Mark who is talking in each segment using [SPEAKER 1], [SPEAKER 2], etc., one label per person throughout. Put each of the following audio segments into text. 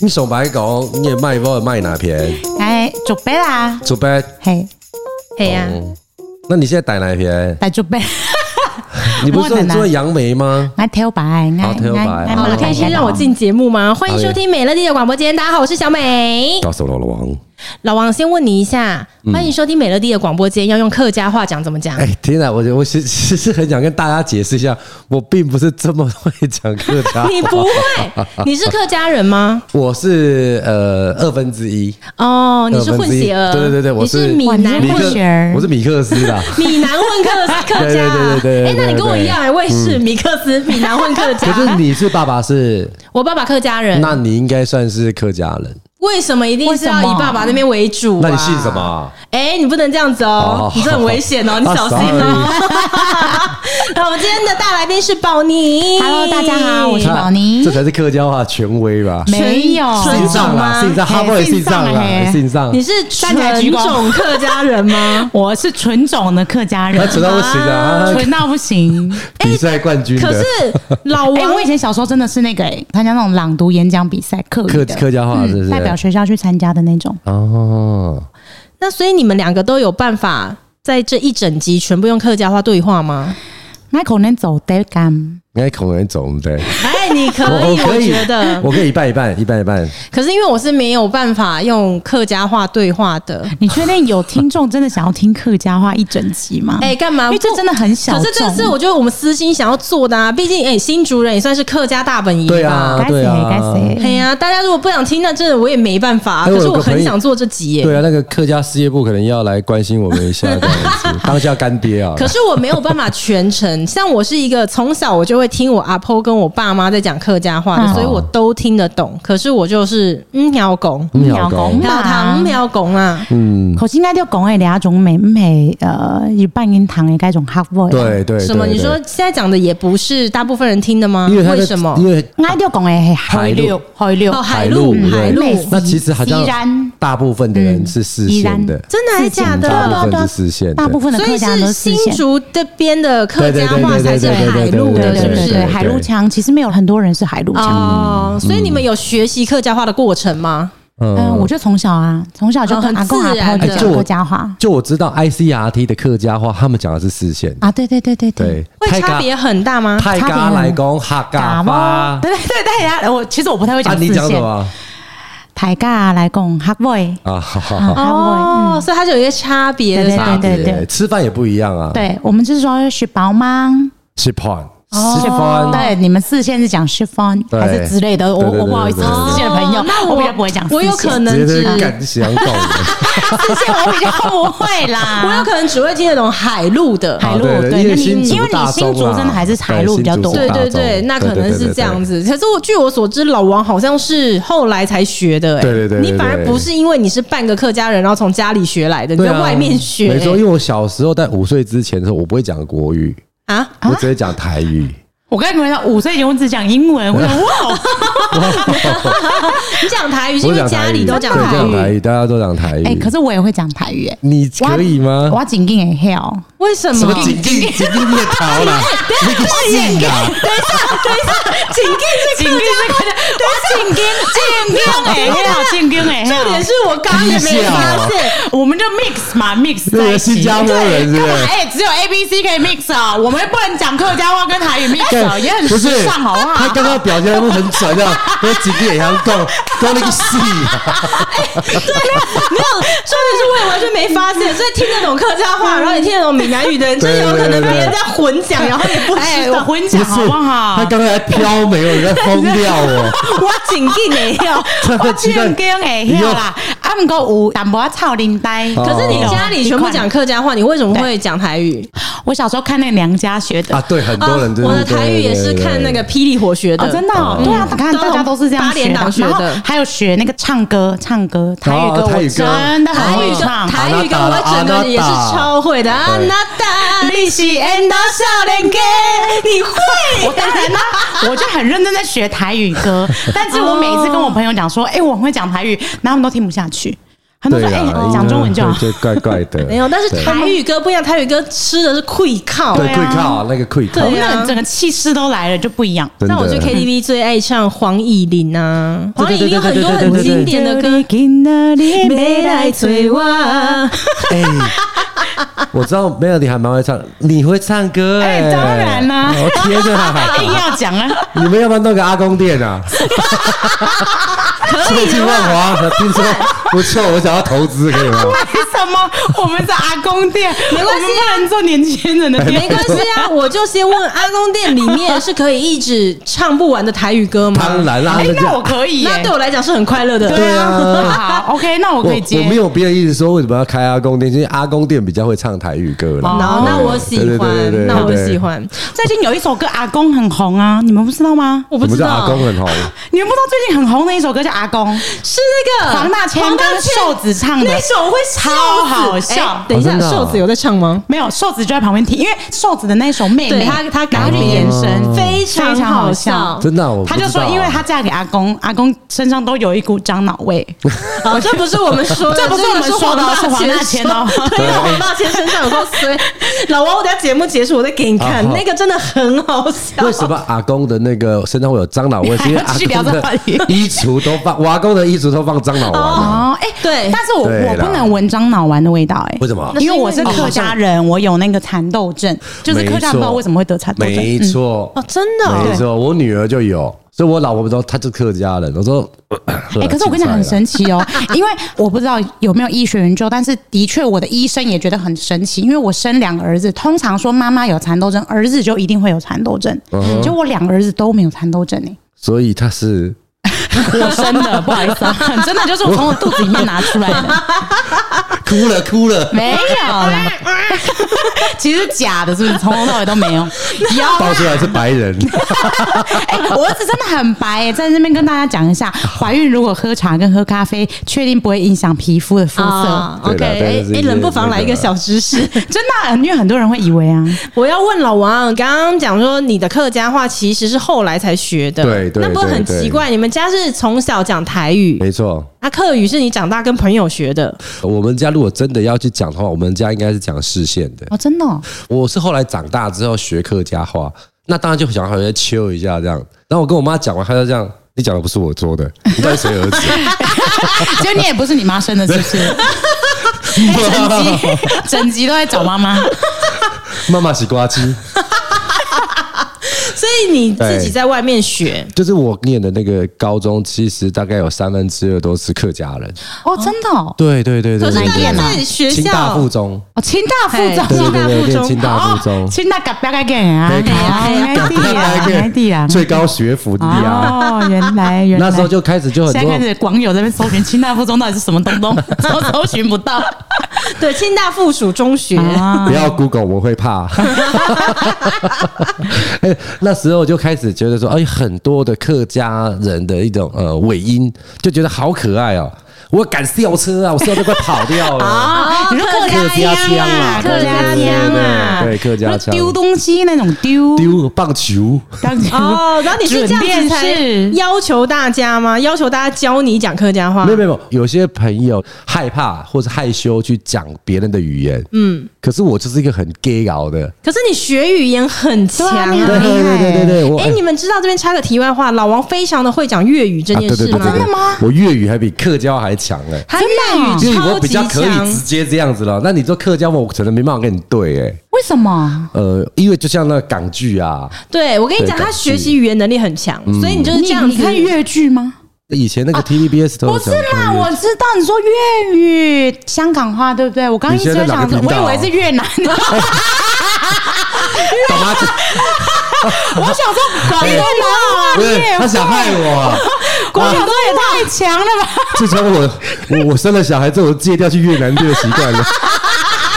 [SPEAKER 1] 你上白讲，你的卖包卖哪篇？
[SPEAKER 2] 哎，竹北啦，
[SPEAKER 1] 竹北。
[SPEAKER 2] 嘿，
[SPEAKER 3] 哎
[SPEAKER 2] 嘿
[SPEAKER 3] 嗯
[SPEAKER 2] 呀，
[SPEAKER 1] 哦嗯那你现在逮哪
[SPEAKER 3] 啊
[SPEAKER 1] 篇？
[SPEAKER 2] 大竹北，
[SPEAKER 1] 你不是说你做杨梅吗？
[SPEAKER 2] 爱挑白，
[SPEAKER 1] 好挑白
[SPEAKER 3] 好了，可以先让我。进节目吗？欢迎收听美乐蒂的广播间，大家好，我是小美。
[SPEAKER 1] 告诉老王，
[SPEAKER 3] 啊老王，先问你一下，欢迎收听美乐蒂的广播间，要用客家话讲怎么讲
[SPEAKER 1] 嗯哎、？天哪！我我其其实很想跟大家解释一下，我并不是这么会讲客家
[SPEAKER 3] 你
[SPEAKER 1] 话
[SPEAKER 3] 不 会，你是客家人吗？
[SPEAKER 1] 我是呃二分之一，
[SPEAKER 3] 哦，你是混血儿，
[SPEAKER 1] 二呃分之一对对对对，我
[SPEAKER 3] 你是闽
[SPEAKER 1] 米
[SPEAKER 2] 哇你
[SPEAKER 3] 南
[SPEAKER 2] 是
[SPEAKER 3] 混
[SPEAKER 1] 克
[SPEAKER 2] 混血儿
[SPEAKER 1] 我是米克斯啦。
[SPEAKER 3] 闽南混客客家啊，
[SPEAKER 1] 对对对对对
[SPEAKER 3] 哎，那你跟我一样哎，我也是米克斯闽南混客
[SPEAKER 1] 可是
[SPEAKER 3] 家，
[SPEAKER 1] 你是爸爸 是，
[SPEAKER 3] 我爸爸客家人，
[SPEAKER 1] 那你应该算是客家人。
[SPEAKER 3] 为什么一定是要
[SPEAKER 2] 为什
[SPEAKER 3] 以
[SPEAKER 2] 么
[SPEAKER 3] 爸爸那边为主？
[SPEAKER 1] 那你姓什么？啊？
[SPEAKER 3] 哎、你不能这样子哦
[SPEAKER 1] 哦，啊
[SPEAKER 3] 你这很危险哦，你小心 哦。 那我们今天的大来宾是宝妮
[SPEAKER 2] Hello，大家好我是
[SPEAKER 1] 看
[SPEAKER 2] 宝妮
[SPEAKER 1] 这才是客家话权威吧？
[SPEAKER 2] 没有，
[SPEAKER 3] 纯
[SPEAKER 1] 姓上哦啦，姓上，哈佛也姓上
[SPEAKER 2] 嘿
[SPEAKER 1] 啦，
[SPEAKER 2] 嘿
[SPEAKER 1] 姓上
[SPEAKER 3] 你。是
[SPEAKER 2] 站
[SPEAKER 3] 纯
[SPEAKER 2] 起来鞠躬？
[SPEAKER 3] 种客家人吗
[SPEAKER 2] 我是纯种的客家
[SPEAKER 1] 他
[SPEAKER 2] 人，
[SPEAKER 1] 扯到不行啊！
[SPEAKER 2] 纯哎到不行。
[SPEAKER 1] 他比赛冠军
[SPEAKER 3] 可
[SPEAKER 1] 的
[SPEAKER 3] 是老
[SPEAKER 2] 哎，
[SPEAKER 3] 王
[SPEAKER 2] 我以前小时候真的是那个，哎参加那种朗读演讲比赛，客
[SPEAKER 1] 客
[SPEAKER 2] 语的，
[SPEAKER 1] 客家话是不是？
[SPEAKER 2] 代表学校去参加的那种。
[SPEAKER 1] 哦，
[SPEAKER 3] 那所以你们两个都有办法在这一整集全部用客家话对话吗？
[SPEAKER 2] Michael 能走得干，
[SPEAKER 1] 应该孔人总对。
[SPEAKER 3] 哎，你可以，
[SPEAKER 1] 我
[SPEAKER 3] 我
[SPEAKER 1] 可以
[SPEAKER 3] 觉得，
[SPEAKER 1] 我可以一半一半，一半一半。
[SPEAKER 3] 可是因为我是没有办法用客家话对话的。
[SPEAKER 2] 你确定有听众真的想要听客家话一整集吗？
[SPEAKER 3] 哎，干嘛？
[SPEAKER 2] 因为这真的很小
[SPEAKER 3] 可
[SPEAKER 2] 众。
[SPEAKER 3] 是这是我觉得我们私心想要做的啊，毕竟哎、新竹人也算是客家大本营吧。
[SPEAKER 1] 对啊，
[SPEAKER 2] 该
[SPEAKER 1] 对
[SPEAKER 2] 谁该
[SPEAKER 1] 啊，
[SPEAKER 2] 谁
[SPEAKER 3] 哎呀、大家如果不想听，那真的我也没办法、啊
[SPEAKER 1] 哎我
[SPEAKER 3] 可
[SPEAKER 1] 有
[SPEAKER 3] 是
[SPEAKER 1] 个
[SPEAKER 3] 我很
[SPEAKER 1] 朋友
[SPEAKER 3] 想做这集耶、
[SPEAKER 1] 对啊，那个客家事业部可能要来关心我们一下，这样子当下干爹啊。
[SPEAKER 3] 可是我没有办法全程， 像我是一个从小我就会听我阿婆跟我爸妈在讲客家话的，
[SPEAKER 2] 嗯
[SPEAKER 3] 所以我都听得懂。可是我就是嗯喵拱，
[SPEAKER 1] 嗯好高
[SPEAKER 2] 嗯
[SPEAKER 3] 喵堂嗯喵拱啊，
[SPEAKER 1] 嗯，
[SPEAKER 2] 口应该就讲诶，两种美美呃，一半音糖的该种 half voice。，
[SPEAKER 1] 对对。
[SPEAKER 3] 什么？
[SPEAKER 1] 对
[SPEAKER 3] 你说
[SPEAKER 1] 对
[SPEAKER 3] 现在讲的也不是大部分人听的吗？
[SPEAKER 1] 因为他在
[SPEAKER 3] 为什么？
[SPEAKER 1] 因为
[SPEAKER 2] 我就讲诶，海
[SPEAKER 1] 六
[SPEAKER 2] 六海六
[SPEAKER 3] 哦，，海
[SPEAKER 1] 海
[SPEAKER 3] 陆
[SPEAKER 1] 陆对
[SPEAKER 3] 海陆，
[SPEAKER 2] 美
[SPEAKER 1] 那其实好像
[SPEAKER 2] 西兰
[SPEAKER 1] 大部分的人是视线的
[SPEAKER 2] 嗯，
[SPEAKER 3] 真的还是假
[SPEAKER 1] 大
[SPEAKER 3] 的？
[SPEAKER 1] 部分是视线的，
[SPEAKER 2] 大部分的
[SPEAKER 3] 所
[SPEAKER 2] 客
[SPEAKER 3] 以
[SPEAKER 2] 家人都
[SPEAKER 3] 是
[SPEAKER 2] 是
[SPEAKER 3] 新
[SPEAKER 2] 线。
[SPEAKER 3] 竹这边的客家话才是海陆
[SPEAKER 2] 对
[SPEAKER 3] 的，
[SPEAKER 2] 对
[SPEAKER 3] 是不
[SPEAKER 2] 对对，
[SPEAKER 3] 是？
[SPEAKER 2] 海陆腔其实没有很多人是海陆腔。
[SPEAKER 3] 哦，所以你们有学习客家话的过程吗？
[SPEAKER 2] 嗯，我就从小啊，从小就
[SPEAKER 3] 哦
[SPEAKER 2] 跟
[SPEAKER 3] 很
[SPEAKER 2] 阿公阿
[SPEAKER 3] 自然
[SPEAKER 2] 婆
[SPEAKER 3] 的
[SPEAKER 2] 讲
[SPEAKER 1] 就我
[SPEAKER 2] 客家话
[SPEAKER 1] 就我知道 ICRT 的客家话，他们讲的是视线，
[SPEAKER 2] 啊，对对对对
[SPEAKER 1] 对，，
[SPEAKER 3] 会
[SPEAKER 1] 泰
[SPEAKER 3] 差
[SPEAKER 1] 嘎
[SPEAKER 3] 别很大吗？
[SPEAKER 1] 泰
[SPEAKER 2] 差别
[SPEAKER 1] 嘎
[SPEAKER 2] 很
[SPEAKER 1] 来讲哈嘎
[SPEAKER 2] 嘎
[SPEAKER 1] 巴
[SPEAKER 2] 吗？，对对对对呀，我其实我不太会
[SPEAKER 1] 啊，
[SPEAKER 2] 讲
[SPEAKER 1] 你
[SPEAKER 2] 四
[SPEAKER 1] 讲什
[SPEAKER 2] 线，
[SPEAKER 1] 么
[SPEAKER 2] 台嘎来讲 half voice
[SPEAKER 1] 啊？好好
[SPEAKER 2] 啊
[SPEAKER 1] 好，
[SPEAKER 2] half voice，
[SPEAKER 3] 哦，所以它就有一些差别的
[SPEAKER 2] 对
[SPEAKER 3] 是吧
[SPEAKER 2] 对对对
[SPEAKER 1] 吃饭也不一样啊，，
[SPEAKER 2] 对，我们就是说是包吗？
[SPEAKER 1] 吃饭，吃饭，
[SPEAKER 2] 哦对，你们四线是讲是方
[SPEAKER 1] 对
[SPEAKER 2] 还是之类的，我
[SPEAKER 1] 对对对
[SPEAKER 2] 我不好意思，
[SPEAKER 1] 对对对
[SPEAKER 2] 四线的朋友
[SPEAKER 3] 哦，那
[SPEAKER 2] 我比较不会讲四
[SPEAKER 3] 我
[SPEAKER 2] 线，
[SPEAKER 3] 有可
[SPEAKER 1] 直
[SPEAKER 3] 能只
[SPEAKER 1] 接在干想搞 的，
[SPEAKER 2] 四线我比较不会啦，
[SPEAKER 3] 我有可能只会听得懂海陆的。
[SPEAKER 2] 海陆
[SPEAKER 1] 啊对对
[SPEAKER 2] 对，
[SPEAKER 1] 因为
[SPEAKER 2] 那你
[SPEAKER 1] 新竹
[SPEAKER 2] 因为
[SPEAKER 1] 大
[SPEAKER 2] 你新
[SPEAKER 1] 宗
[SPEAKER 2] 竹
[SPEAKER 1] 啦
[SPEAKER 2] 真的还是海陆比较多，
[SPEAKER 1] 对
[SPEAKER 3] 对
[SPEAKER 1] 大
[SPEAKER 3] 对
[SPEAKER 1] 众
[SPEAKER 3] 对，那可能是这样子。可是我据我所知，老王好像是后来才学的、哎，
[SPEAKER 1] 对对对对对
[SPEAKER 3] 你反而不是因为你是半个客家人，然后从家里学来的，你
[SPEAKER 1] 对
[SPEAKER 3] 在
[SPEAKER 1] 啊
[SPEAKER 3] 外面学、
[SPEAKER 1] 没错，因为我小时候在五岁之前的时候，我不会讲国语，
[SPEAKER 3] 啊，
[SPEAKER 1] 我直接讲台语。
[SPEAKER 2] 我刚才以为他五岁前我只讲英文，我想哇，
[SPEAKER 3] 你讲台语是
[SPEAKER 1] 我
[SPEAKER 3] 因为
[SPEAKER 1] 讲
[SPEAKER 3] 家
[SPEAKER 1] 台
[SPEAKER 3] 里
[SPEAKER 1] 语，
[SPEAKER 3] 都讲
[SPEAKER 1] 对
[SPEAKER 3] 台
[SPEAKER 1] 讲台
[SPEAKER 3] 语，
[SPEAKER 1] 语，大家都讲台语。
[SPEAKER 2] 哎，可是我也会讲台语，哎，
[SPEAKER 1] 你可以吗？
[SPEAKER 2] 我紧紧也 hell，
[SPEAKER 3] 为什
[SPEAKER 1] 什
[SPEAKER 3] 么
[SPEAKER 1] 么？紧紧紧紧灭逃啦？你个啊屁啦！
[SPEAKER 3] 紧跟
[SPEAKER 2] 紧紧是客家，我紧紧 紧紧也 hell，紧紧也
[SPEAKER 3] 哎重点
[SPEAKER 2] hell，
[SPEAKER 3] 是我刚刚也没发现，
[SPEAKER 2] 我们就 mix 嘛，mix
[SPEAKER 1] 那
[SPEAKER 2] 在
[SPEAKER 1] 个
[SPEAKER 2] 一
[SPEAKER 1] 新
[SPEAKER 2] 起。
[SPEAKER 1] 加坡人是不
[SPEAKER 2] 干嘛
[SPEAKER 1] 是？
[SPEAKER 2] 哎、只有 A、B、C 可以 mix 啊、我们不能讲客家话跟台语 mix 啊、也很
[SPEAKER 1] 不是
[SPEAKER 2] 时尚，好不
[SPEAKER 1] 他
[SPEAKER 2] 好？
[SPEAKER 1] 刚刚表现得很拽，这样，那紧紧也想讲，讲那个戏啊，
[SPEAKER 3] 没有，重点是我也完全没发现，所以听得懂客家话，然后也听得懂闽南语的人，真的有可能别人在混讲，然后你 不
[SPEAKER 2] 哎、
[SPEAKER 3] 知
[SPEAKER 2] 我
[SPEAKER 3] 道。
[SPEAKER 2] 混
[SPEAKER 1] 不
[SPEAKER 2] 讲
[SPEAKER 1] 是，
[SPEAKER 2] 好不好
[SPEAKER 1] 他？刚刚还飘眉，我在疯掉哦。
[SPEAKER 3] 我紧记没有，
[SPEAKER 1] 他
[SPEAKER 2] 我
[SPEAKER 1] 很奇怪
[SPEAKER 2] 正，经会晓啦，啊，不过有淡薄仔臭灵呆。
[SPEAKER 1] 哦
[SPEAKER 3] 可是你家里全部讲客家话，你为什么会讲台语？
[SPEAKER 2] 我小时候看那个娘家学 的
[SPEAKER 1] 啊，，对，很多人、
[SPEAKER 3] 啊
[SPEAKER 1] 就是
[SPEAKER 3] 我的台语也是看那个《霹雳火》学
[SPEAKER 2] 哦，
[SPEAKER 3] 的，
[SPEAKER 2] 真的、哦，对啊，
[SPEAKER 3] 嗯
[SPEAKER 2] 你看大家都是这样
[SPEAKER 3] 八
[SPEAKER 2] 学
[SPEAKER 3] 点档
[SPEAKER 2] 的，
[SPEAKER 3] 学啊的
[SPEAKER 2] 然后还有学那个唱歌，唱歌台语歌，
[SPEAKER 1] 哦台语
[SPEAKER 2] 我
[SPEAKER 1] 歌
[SPEAKER 2] 真的很
[SPEAKER 3] 台语
[SPEAKER 2] 会
[SPEAKER 3] 跟
[SPEAKER 2] 唱。
[SPEAKER 3] 台语跟我整个也是超会的。啊
[SPEAKER 1] 对
[SPEAKER 3] 那达，你是演到少年家，你
[SPEAKER 2] 我
[SPEAKER 3] 会？
[SPEAKER 2] 当然啦、我就很认真在学台语歌，但是我每一次跟我朋友讲说，哎、我很会讲台语，然后他们都听不下去。他们说
[SPEAKER 1] 对啊
[SPEAKER 2] 哎
[SPEAKER 1] 啦，
[SPEAKER 2] 讲中文就 好，
[SPEAKER 1] 就怪怪的。
[SPEAKER 3] 没有，但是
[SPEAKER 1] 对
[SPEAKER 3] 台语歌不一样，台语歌吃的是溃靠。
[SPEAKER 1] 对
[SPEAKER 2] 对啊
[SPEAKER 1] 溃靠那个溃靠
[SPEAKER 2] 我
[SPEAKER 3] 对，
[SPEAKER 2] 们那个整个气势都来了就不一样。
[SPEAKER 1] 真的
[SPEAKER 3] 那我去 KTV 最爱唱黄以玲啊，
[SPEAKER 1] 对
[SPEAKER 3] 黄以玲有很多很经典的歌。没来催我，
[SPEAKER 1] 哎，我知道 Melody 还蛮会唱，你会唱歌哎、
[SPEAKER 2] 哎当然啦
[SPEAKER 1] 我、天
[SPEAKER 2] 硬
[SPEAKER 1] 哪！
[SPEAKER 2] 要讲啊，
[SPEAKER 1] 你们要不要弄个阿公店啊？
[SPEAKER 2] 啊
[SPEAKER 1] 可以万华听说不错，我想要投资，可以 吗？
[SPEAKER 2] 为什么我们是阿公店？没
[SPEAKER 3] 关系啊
[SPEAKER 2] 不能做年轻人的店。
[SPEAKER 3] 没关系 啊，我就先问阿公店里面是可以一直唱不完的台语歌吗？
[SPEAKER 1] 当然啦，
[SPEAKER 2] 哎
[SPEAKER 1] 啊那，
[SPEAKER 2] 那我
[SPEAKER 1] 就
[SPEAKER 2] 可以耶，
[SPEAKER 3] 那对我来讲是很快 乐的。
[SPEAKER 1] 对啊。
[SPEAKER 2] 好，OK，那我
[SPEAKER 1] 我
[SPEAKER 2] 可以接。
[SPEAKER 1] 我没有别的意思说为什么要开阿公店，因为阿公店比较会唱台语歌啦。
[SPEAKER 2] 哦
[SPEAKER 3] 然后那我喜
[SPEAKER 1] 对对对对对
[SPEAKER 3] 欢，那我
[SPEAKER 1] 对
[SPEAKER 3] 喜欢。
[SPEAKER 2] 最近有一首歌《阿公》很红啊，你们不知道吗？
[SPEAKER 1] 我
[SPEAKER 3] 我不
[SPEAKER 1] 们
[SPEAKER 3] 知
[SPEAKER 1] 知道阿
[SPEAKER 3] 道
[SPEAKER 1] 公很红，
[SPEAKER 2] 你们不知道最近很红的一首歌叫《阿公》，
[SPEAKER 3] 是那个
[SPEAKER 2] 黄大千
[SPEAKER 3] 呃黄
[SPEAKER 2] 跟
[SPEAKER 3] 千
[SPEAKER 2] 瘦子唱的
[SPEAKER 3] 那首我会笑死
[SPEAKER 2] 超好笑
[SPEAKER 3] 哎等一
[SPEAKER 1] 哦
[SPEAKER 3] 下，
[SPEAKER 1] 真的哦
[SPEAKER 3] 瘦子有在唱吗？
[SPEAKER 2] 没有，瘦子就在旁边听，因为瘦子的那首妹
[SPEAKER 3] 对
[SPEAKER 2] 妹，
[SPEAKER 3] 他他
[SPEAKER 2] 然后
[SPEAKER 3] 改
[SPEAKER 2] 就
[SPEAKER 3] 编
[SPEAKER 2] 延
[SPEAKER 1] 哦
[SPEAKER 2] 伸，
[SPEAKER 3] 非
[SPEAKER 2] 常
[SPEAKER 3] 常
[SPEAKER 2] 好
[SPEAKER 3] 好
[SPEAKER 2] 笑
[SPEAKER 3] 笑。
[SPEAKER 1] 真的啊、我不
[SPEAKER 2] 哦他
[SPEAKER 1] 知道
[SPEAKER 2] 就
[SPEAKER 1] 啊
[SPEAKER 2] 说，因为他嫁给阿公，阿公身上都有一股樟脑味。
[SPEAKER 3] 哦，这不是我们说的，
[SPEAKER 2] 这不是我们说的
[SPEAKER 3] 这个
[SPEAKER 2] 是黄大千 哦
[SPEAKER 3] 说的对，黄大千身上有够衰。老王，我等下节目结束我再给你看
[SPEAKER 1] 啊好，
[SPEAKER 3] 那个真的很好笑。
[SPEAKER 1] 为什么阿公的那个身上会有樟脑味？ 是因为阿
[SPEAKER 2] 你还要
[SPEAKER 1] 公
[SPEAKER 2] 去聊这话
[SPEAKER 1] 的
[SPEAKER 2] 题
[SPEAKER 1] 衣橱都放，我阿公的衣橱都放樟脑丸啊、
[SPEAKER 2] 哦，哎，
[SPEAKER 3] 对
[SPEAKER 2] 但是我
[SPEAKER 1] 对啦
[SPEAKER 2] 我不能闻樟脑丸的味道，哎
[SPEAKER 1] 为，什么？
[SPEAKER 2] 因为我是客家人，我有那个蚕豆症，就是客家人不知道为什么会得蚕豆症。
[SPEAKER 1] 没
[SPEAKER 2] 嗯
[SPEAKER 1] 错，
[SPEAKER 3] 哦，真的哦
[SPEAKER 1] 没错，我女儿就有，所以我老婆不知道她就是客家人。我说，哎
[SPEAKER 2] 哎、可是我跟你讲很
[SPEAKER 1] 啊
[SPEAKER 2] 神奇哦，因为我不知道有没有医学研究，但是的确我的医生也觉得很神奇，因为我生两个儿子，通常说妈妈有蚕豆症，儿子就一定会有蚕豆症，就我两个儿子都没有蚕豆症哎、
[SPEAKER 1] 所以她是
[SPEAKER 2] 我生的，不好意思、啊， 真的就是我从我肚子里面拿出来 的，啊
[SPEAKER 1] 哭了哭 了，
[SPEAKER 2] 没有啦， 其实假的，是不是？从头到尾都 没有，有啦
[SPEAKER 1] 爆出来是白人，
[SPEAKER 2] 哎、我儿子真的很白、欸，在这边跟大家讲一下，怀孕如果喝茶跟喝咖啡，确定不会影响皮肤的肤色。
[SPEAKER 3] 啊
[SPEAKER 1] 对
[SPEAKER 3] ，OK，
[SPEAKER 1] 啦对这是一
[SPEAKER 3] 哎哎，
[SPEAKER 1] 个
[SPEAKER 3] 冷不防来一
[SPEAKER 1] 那
[SPEAKER 3] 个
[SPEAKER 1] 个
[SPEAKER 3] 小知 识，
[SPEAKER 2] 真的、啊因为很多人会以为啊，
[SPEAKER 3] 我要问老王，刚刚讲说你的客家话其实是后来才学的，
[SPEAKER 1] 对对
[SPEAKER 3] 那不是很
[SPEAKER 1] 对对
[SPEAKER 3] 奇怪？你们家是从小讲台语，
[SPEAKER 1] 没错。
[SPEAKER 3] 那客语是你长大跟朋友学的，
[SPEAKER 1] 我们家如果真的要去讲的话，我们家应该是讲视线的。
[SPEAKER 2] 哦，真的、哦，
[SPEAKER 1] 我是后来长大之后学客家话，那当然就想好像秋一下这样。然后我跟我妈讲完，她就这样：“你讲的不是我做的，你到底谁 儿子？”
[SPEAKER 2] 就你也不是你妈生的，是不 是？整集整集都在找 妈妈，
[SPEAKER 1] 妈妈洗瓜机，
[SPEAKER 3] 所以你自己在外 面学。
[SPEAKER 1] 就是我念的那个高中，其实大概有三分之二都是客家人。
[SPEAKER 2] 哦，真的哦，
[SPEAKER 1] 对对对对，
[SPEAKER 3] 可是
[SPEAKER 1] 对
[SPEAKER 3] 大家
[SPEAKER 1] 对
[SPEAKER 3] 在学
[SPEAKER 1] 清大附
[SPEAKER 3] 校，
[SPEAKER 1] 中，
[SPEAKER 2] 哦，清大附
[SPEAKER 1] 对
[SPEAKER 3] 嘿
[SPEAKER 2] 中
[SPEAKER 1] 对
[SPEAKER 2] 啊。
[SPEAKER 1] 对对，
[SPEAKER 3] 清大
[SPEAKER 1] 念
[SPEAKER 3] 附中
[SPEAKER 1] 清大附中
[SPEAKER 2] 哦，，清大甲表个见啊，
[SPEAKER 1] 对
[SPEAKER 2] 哎呀
[SPEAKER 3] 甲
[SPEAKER 2] 哎 地啊，哎地啊，
[SPEAKER 1] 最高学府地啊。
[SPEAKER 2] 哦，原来原来，
[SPEAKER 1] 那时候就开始就很
[SPEAKER 2] 现在
[SPEAKER 1] 多
[SPEAKER 2] 开始网友在那边搜寻清大附中到底是什么 东东，都搜寻不到
[SPEAKER 3] 对清大附属中学，
[SPEAKER 2] 啊
[SPEAKER 1] 不。要 Google，我会怕。 哎那时候就开始觉得说，哎，很多的客家人的一种呃尾音，就觉得好可爱哦。我敢校车啊，我校车快跑 掉了。
[SPEAKER 2] 你说客
[SPEAKER 1] 哦客家腔
[SPEAKER 2] 腔啊，
[SPEAKER 1] 对
[SPEAKER 2] 客家
[SPEAKER 1] 对对
[SPEAKER 2] 腔
[SPEAKER 1] 对
[SPEAKER 2] 啊，
[SPEAKER 1] 对客家腔，
[SPEAKER 2] 丢东西那种丢
[SPEAKER 1] 丢棒球，
[SPEAKER 2] 当时 啊
[SPEAKER 3] 哦，然后你是这样子才
[SPEAKER 2] 是
[SPEAKER 3] 要求大家吗？要求大家教你讲客
[SPEAKER 2] 啊
[SPEAKER 3] 家话？
[SPEAKER 1] 没有没有，没有有些朋友害怕或是害羞去讲别人的语言，嗯，可是我就是一个很 gay 熬的，
[SPEAKER 3] 可是你学语言很强
[SPEAKER 2] 对啊
[SPEAKER 3] 啊
[SPEAKER 2] 你！很
[SPEAKER 1] 对对对对对对，我
[SPEAKER 3] 哎、你们知道这边插个题外话，老王非常的会讲
[SPEAKER 1] 啊
[SPEAKER 3] 粤语这件事吗？
[SPEAKER 2] 真的吗？
[SPEAKER 1] 我粤语还比客家还强哎、
[SPEAKER 3] 他粤
[SPEAKER 1] 因
[SPEAKER 2] 啊
[SPEAKER 3] 语
[SPEAKER 1] 为我
[SPEAKER 3] 超
[SPEAKER 1] 比
[SPEAKER 3] 级
[SPEAKER 1] 较
[SPEAKER 3] 强，
[SPEAKER 1] 可以直接这样子了，那你做客家我可能没办法跟你对哎、
[SPEAKER 2] 为什么？
[SPEAKER 1] 呃，因为就像那个港剧啊，
[SPEAKER 3] 对我跟你讲，
[SPEAKER 1] 对嗯
[SPEAKER 3] 他学习语言能力很强，所以你就是这
[SPEAKER 2] 你
[SPEAKER 3] 样子。
[SPEAKER 2] 你看粤剧吗？
[SPEAKER 1] 以前那个 TVBS 都有
[SPEAKER 2] 啊不是
[SPEAKER 1] 讲客
[SPEAKER 2] 啦，
[SPEAKER 1] 语
[SPEAKER 2] 我知道你说粤语香港话对不对？我刚刚一直在想
[SPEAKER 1] 你现在在哪个，频
[SPEAKER 2] 我
[SPEAKER 1] 道
[SPEAKER 2] 以为是越南的，
[SPEAKER 1] 干嘛去？
[SPEAKER 2] 我想说越南话
[SPEAKER 1] 不
[SPEAKER 2] 你
[SPEAKER 1] 是
[SPEAKER 2] 也
[SPEAKER 1] 他想害我啊、
[SPEAKER 2] 我想说也太强了吧？
[SPEAKER 1] 自从我我我生了小孩之后，我戒掉去越南这个习 惯了。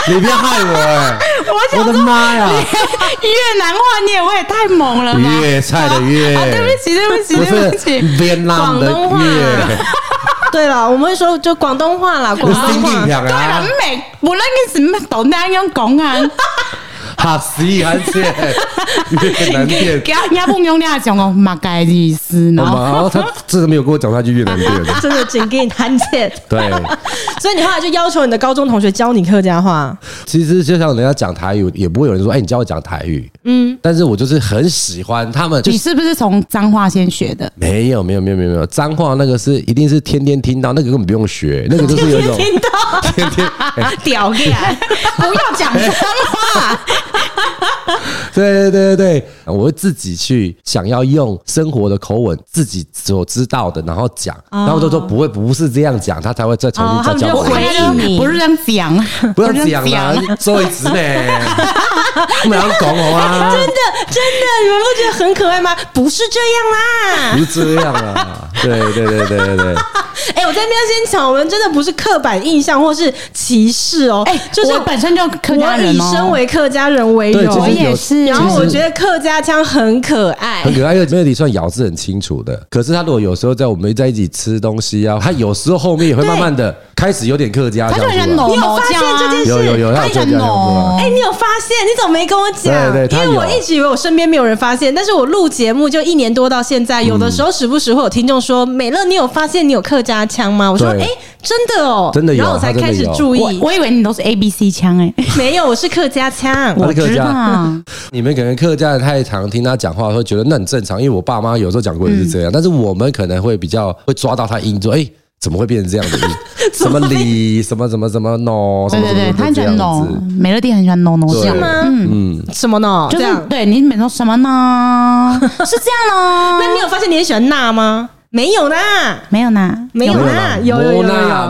[SPEAKER 1] 你不要害我哎、
[SPEAKER 2] 我
[SPEAKER 1] 我
[SPEAKER 2] 想
[SPEAKER 1] 的妈呀！
[SPEAKER 2] 越南话你也会太猛了吧？
[SPEAKER 1] 粤菜的粤，
[SPEAKER 2] 啊，对不起，对不起，
[SPEAKER 1] 不
[SPEAKER 2] 对不
[SPEAKER 1] 是
[SPEAKER 2] 起。
[SPEAKER 1] 越南的
[SPEAKER 3] 广东话
[SPEAKER 1] 粤，
[SPEAKER 3] 对了，我们会说就广东话啦，广
[SPEAKER 1] 我心
[SPEAKER 3] 东话
[SPEAKER 1] 情。强
[SPEAKER 2] 对啦，
[SPEAKER 1] 啊
[SPEAKER 2] 唔！明，无论你是咩度，你样讲啊，
[SPEAKER 1] 哈西韩 切越南店。
[SPEAKER 2] 给他人家不用那样讲哦，马盖意思
[SPEAKER 1] 我
[SPEAKER 2] 呢？
[SPEAKER 1] 妈，然后哦他真的没有跟我讲他去越南 店，
[SPEAKER 3] 真的仅给你摊切。
[SPEAKER 1] 对。
[SPEAKER 3] 所以你后来就要求你的高中同学教你客家话，
[SPEAKER 1] 其实就像人家讲台语，也不会有人说：“哎、你教我讲台语。”嗯，但是我就是很喜欢他们，就
[SPEAKER 2] 你
[SPEAKER 1] 是
[SPEAKER 2] 是不是从脏话先学的？
[SPEAKER 1] 没有没有没有没有没有脏话那个是一定是天天听到，那个根本不用 学，那个就是有一种
[SPEAKER 3] 听到
[SPEAKER 1] 天天
[SPEAKER 3] 屌起
[SPEAKER 2] 啊
[SPEAKER 3] 来，
[SPEAKER 2] 不要讲脏话，
[SPEAKER 1] 对对对对对，我会自己去想要用生活的口吻，自己所知道的，然后讲，然后都说不会不是这样讲，他才会再重
[SPEAKER 3] 哦
[SPEAKER 1] 新
[SPEAKER 3] 他
[SPEAKER 1] 再教
[SPEAKER 3] 们就
[SPEAKER 1] 我。
[SPEAKER 3] 回应你
[SPEAKER 2] 不是这样讲，啊
[SPEAKER 1] 不要
[SPEAKER 2] 是这
[SPEAKER 1] 讲啦
[SPEAKER 2] 讲，
[SPEAKER 1] 周一直呢， 不要讲我啊，
[SPEAKER 3] 真的真的，你们不觉得很可爱吗？不是这样啦
[SPEAKER 1] 不。是这样啊，对对对对对对。
[SPEAKER 3] 哎、我在那边先讲，我们真的不是刻板印象或是歧视哦，
[SPEAKER 2] 哎，
[SPEAKER 3] 就
[SPEAKER 2] 就是是我本身就客家人
[SPEAKER 3] 我以身
[SPEAKER 2] 哦。
[SPEAKER 3] 为客家人为
[SPEAKER 1] 对，其
[SPEAKER 3] 荣，
[SPEAKER 1] 实
[SPEAKER 2] 我也
[SPEAKER 1] 有
[SPEAKER 2] 是
[SPEAKER 3] 然后我
[SPEAKER 1] 其实
[SPEAKER 3] 觉得客家腔很可爱
[SPEAKER 1] 很。可爱，因为没有理算咬字很清楚的。可是他如果有时候在我们在一起吃东西啊，他有时候后面也会慢慢的开始有点客家
[SPEAKER 2] 他
[SPEAKER 1] 腔
[SPEAKER 2] 就
[SPEAKER 1] 出
[SPEAKER 2] 很像
[SPEAKER 1] 来。
[SPEAKER 2] 某
[SPEAKER 3] 你有
[SPEAKER 2] 某
[SPEAKER 3] 发现
[SPEAKER 2] 样
[SPEAKER 3] 这件
[SPEAKER 2] 啊，
[SPEAKER 3] 事
[SPEAKER 1] 有有有，他
[SPEAKER 2] 他
[SPEAKER 1] 有客家
[SPEAKER 2] 很
[SPEAKER 1] 腔出来。
[SPEAKER 3] 哎、
[SPEAKER 2] 浓。
[SPEAKER 3] 你有发现？你怎么没跟我讲？
[SPEAKER 1] 对对他
[SPEAKER 3] 因为我
[SPEAKER 1] 有
[SPEAKER 3] 一直以为我身边没有人发现，但是我录节目就一年多到现在，有
[SPEAKER 1] 嗯
[SPEAKER 3] 的时候时不时会有听众说：“美乐，你有发现你有客家腔吗？”我说：“
[SPEAKER 1] 对
[SPEAKER 3] 哎、真的哦，
[SPEAKER 1] 真的有啊
[SPEAKER 3] 然后我才
[SPEAKER 1] 他真的
[SPEAKER 3] 开始
[SPEAKER 1] 有
[SPEAKER 3] 注
[SPEAKER 2] 我
[SPEAKER 3] 意，
[SPEAKER 2] 我以为你都是 A B C 腔哎，
[SPEAKER 3] 没有，我是客家腔。
[SPEAKER 1] 他是客
[SPEAKER 2] 知道
[SPEAKER 1] 家，你们可能客家人太常听他讲话，会觉得那很正常，因为我爸妈有时候讲过也是这样，
[SPEAKER 2] 嗯
[SPEAKER 1] 但是我们可能会比较会抓到他音，说哎、怎么会变成这样 子？什么理什么什么什么 no，什
[SPEAKER 2] 对
[SPEAKER 1] 么
[SPEAKER 2] 对
[SPEAKER 1] 什么
[SPEAKER 2] 对，
[SPEAKER 1] 什么
[SPEAKER 2] 他很喜
[SPEAKER 1] 哦这
[SPEAKER 2] 欢
[SPEAKER 1] 样
[SPEAKER 2] 浓
[SPEAKER 1] 子，，
[SPEAKER 2] 美乐蒂很喜欢浓浓
[SPEAKER 1] 对
[SPEAKER 2] 酱，
[SPEAKER 3] 吗
[SPEAKER 1] 嗯，
[SPEAKER 3] 什么呢？
[SPEAKER 2] 就
[SPEAKER 3] 这
[SPEAKER 2] 是
[SPEAKER 3] 样
[SPEAKER 2] 对你每次说什么 呢？是这样呢？
[SPEAKER 3] 那你有发现你也喜欢娜吗？没有啦，
[SPEAKER 2] 没有呢？
[SPEAKER 3] 没有啦，有有有有有，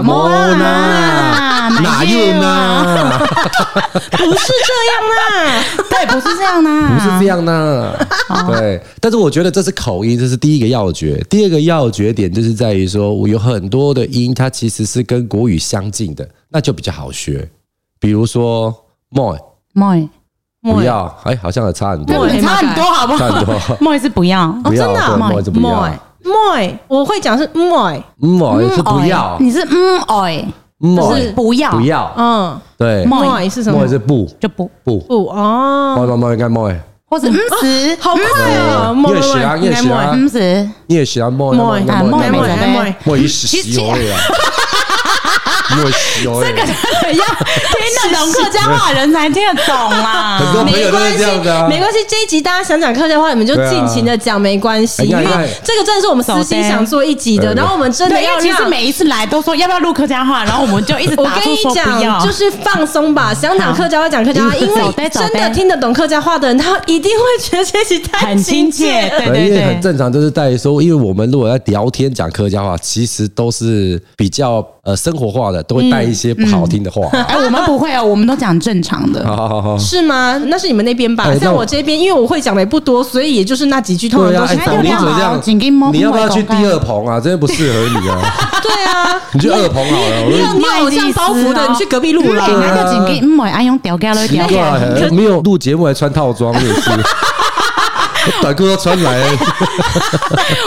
[SPEAKER 1] 莫娜，
[SPEAKER 2] 啊，
[SPEAKER 1] 哪有？呢？
[SPEAKER 3] 啊不是这样啦。
[SPEAKER 2] 对，不是这样啊呢，
[SPEAKER 1] 不是这样呢。
[SPEAKER 3] 哦
[SPEAKER 1] 对，但是我觉得这是口音，这是第一个要诀。第二个要诀点就是在于说，我有很多的音，它其实是跟国语相近的，那就比较好学。比如说 “moi”
[SPEAKER 2] ，Moy，
[SPEAKER 1] 不要，哎，好像有差很多，
[SPEAKER 3] Moi
[SPEAKER 2] 差很多好不
[SPEAKER 1] 差很
[SPEAKER 2] 好
[SPEAKER 1] 多。
[SPEAKER 2] ？Moy 是不要
[SPEAKER 1] 不要，
[SPEAKER 3] 真的啊
[SPEAKER 1] 对 “moi” 是不要
[SPEAKER 3] moi，我会讲是 moi，嗯
[SPEAKER 1] ，“moi” 是不要
[SPEAKER 2] 嗯你是嗯哦，就是
[SPEAKER 1] ，“moi”
[SPEAKER 2] 不要，
[SPEAKER 1] 不要，
[SPEAKER 3] 嗯
[SPEAKER 1] 对
[SPEAKER 2] Moi
[SPEAKER 3] ，moi 是什么
[SPEAKER 1] ，“moi”？是不
[SPEAKER 2] 就不，
[SPEAKER 1] 不
[SPEAKER 3] 不哦，
[SPEAKER 1] ，“moi”“moi” 应该 “moi”，
[SPEAKER 2] 或者嗯死，
[SPEAKER 3] 好快哦
[SPEAKER 1] 对
[SPEAKER 3] ，moi
[SPEAKER 1] 越学啊
[SPEAKER 3] moi 应
[SPEAKER 1] 越
[SPEAKER 3] 该
[SPEAKER 1] 学啊
[SPEAKER 3] moi
[SPEAKER 2] 嗯死，
[SPEAKER 1] 你也喜欢 “moi”，
[SPEAKER 3] moi
[SPEAKER 1] 应该
[SPEAKER 2] 啊
[SPEAKER 1] “moi”，
[SPEAKER 2] ，moi
[SPEAKER 1] 应该
[SPEAKER 2] moi
[SPEAKER 1] “moi”，
[SPEAKER 2] 准备
[SPEAKER 3] moi，
[SPEAKER 1] “moi” 一时洗油了，我洗油了。
[SPEAKER 2] 要听得懂客家话的人才听得懂啊啦。
[SPEAKER 1] 很多朋
[SPEAKER 3] 没
[SPEAKER 1] 友都
[SPEAKER 3] 关
[SPEAKER 1] 是这样
[SPEAKER 3] 系
[SPEAKER 1] 的、啊，，
[SPEAKER 3] 没关系。这一集大家想讲客家话，你们就
[SPEAKER 1] 对啊
[SPEAKER 3] 尽情的讲，没关系，
[SPEAKER 1] 哎
[SPEAKER 3] 因
[SPEAKER 1] 呀
[SPEAKER 3] 为
[SPEAKER 1] 哎呀
[SPEAKER 3] 这个真的是我们私心
[SPEAKER 2] 手
[SPEAKER 3] 想做一集的。
[SPEAKER 1] 对
[SPEAKER 3] 然后我们真的
[SPEAKER 2] 对，因
[SPEAKER 3] 要
[SPEAKER 2] 为其实
[SPEAKER 3] 让
[SPEAKER 2] 每一次来都说要不要录客家话，然后我们就一直
[SPEAKER 3] 我
[SPEAKER 2] 打
[SPEAKER 3] 跟
[SPEAKER 2] 住
[SPEAKER 3] 你
[SPEAKER 2] 说不要
[SPEAKER 3] 讲，，就是放松吧，想讲客家话讲客家话，因
[SPEAKER 2] 走呗
[SPEAKER 3] 为
[SPEAKER 2] 走
[SPEAKER 3] 真的
[SPEAKER 2] 呗
[SPEAKER 3] 听得懂客家话的人，他一定会觉得这集太
[SPEAKER 2] 很亲切，
[SPEAKER 3] 了
[SPEAKER 2] 对
[SPEAKER 1] 因
[SPEAKER 2] 对
[SPEAKER 1] 为很
[SPEAKER 2] 对。
[SPEAKER 1] 正常，就是在于说，因为我们如果在聊天讲客家话，其实都是比较呃生活化的，都会带一些不好听的话。
[SPEAKER 2] 哎，我们不会哦，我们都讲正常 的。
[SPEAKER 1] 好好好好，
[SPEAKER 3] 是吗？那是你们那边吧
[SPEAKER 1] 哎？
[SPEAKER 3] 像
[SPEAKER 1] 那
[SPEAKER 3] 我这边，因为我会讲的也不多，所以也就是那几句，通常
[SPEAKER 1] 对
[SPEAKER 3] 都
[SPEAKER 1] 啊，
[SPEAKER 3] 是
[SPEAKER 1] 哎，
[SPEAKER 2] 那
[SPEAKER 1] 董
[SPEAKER 2] 就
[SPEAKER 1] 你
[SPEAKER 2] 良
[SPEAKER 1] 怎么
[SPEAKER 2] 好
[SPEAKER 1] 这
[SPEAKER 2] 紧跟摸
[SPEAKER 1] 样？你要不要去
[SPEAKER 2] 摸摸
[SPEAKER 1] 第二棚啊？真的不适合你啊，
[SPEAKER 3] 对啊。
[SPEAKER 1] 你去二棚好了。
[SPEAKER 3] 你
[SPEAKER 1] 我
[SPEAKER 3] 啊有你有偶像包袱的，你去隔壁录啦。
[SPEAKER 1] 对啊
[SPEAKER 2] 哎那就紧给唔会哎爱用调教来
[SPEAKER 1] 就奇
[SPEAKER 2] 调
[SPEAKER 1] 怪、
[SPEAKER 2] 教。
[SPEAKER 1] 欸，没有录节目还穿套装，也是。我短裤都穿来了，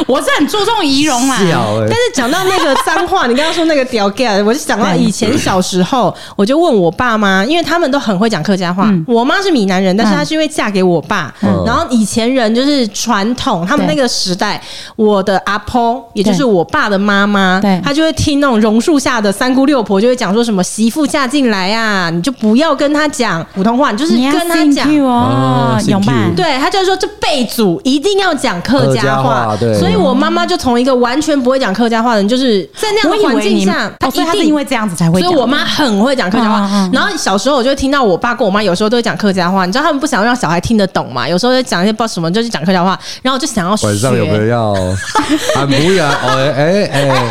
[SPEAKER 2] 我是很注重仪容啊啦，
[SPEAKER 1] 笑哎、
[SPEAKER 3] 但是讲到那个脏话，你刚刚说那个屌 gay，我就想到以前小时候，我就问我爸妈，因为他们都很会讲客家
[SPEAKER 2] 嗯
[SPEAKER 3] 话。我妈是闽南人，但是她是因为嫁给我爸，
[SPEAKER 1] 嗯
[SPEAKER 3] 然后以前人就是传统，他们那个时代，我的阿婆，也就是我爸的妈妈
[SPEAKER 2] 对，
[SPEAKER 3] 她就会听那种榕树下的三姑六婆就会讲说什么媳妇嫁进来啊，你就不要跟她讲普通话，你就是
[SPEAKER 2] 你要
[SPEAKER 3] 跟她
[SPEAKER 2] thank
[SPEAKER 3] 讲
[SPEAKER 2] you 哦
[SPEAKER 1] 啊，
[SPEAKER 2] 永曼
[SPEAKER 1] thank
[SPEAKER 3] 对他就是说，这辈祖一定要讲客家
[SPEAKER 1] 客家话
[SPEAKER 3] 话，
[SPEAKER 1] 对
[SPEAKER 3] 所以我妈妈就从一个完全不会讲客家话的人，就是在那
[SPEAKER 2] 我
[SPEAKER 3] 样的
[SPEAKER 2] 以
[SPEAKER 3] 环
[SPEAKER 2] 为
[SPEAKER 3] 境
[SPEAKER 2] 你
[SPEAKER 3] 下
[SPEAKER 2] 们，
[SPEAKER 3] 她
[SPEAKER 2] 哦，所以
[SPEAKER 3] 一
[SPEAKER 2] 他是
[SPEAKER 3] 定
[SPEAKER 2] 因为这样子才会
[SPEAKER 3] 所
[SPEAKER 2] 讲。
[SPEAKER 3] 以我妈很会讲客家
[SPEAKER 2] 嗯
[SPEAKER 3] 话
[SPEAKER 2] 嗯嗯，
[SPEAKER 3] 然后小时候我就会听到我爸跟我妈有时候都会讲客家话，你知道他们不想让小孩听得懂嘛，有时候就讲一些不知道什么，就是讲客家话，然后我就想要学。
[SPEAKER 1] 晚上有没有要？啊，不要，哎哎哎，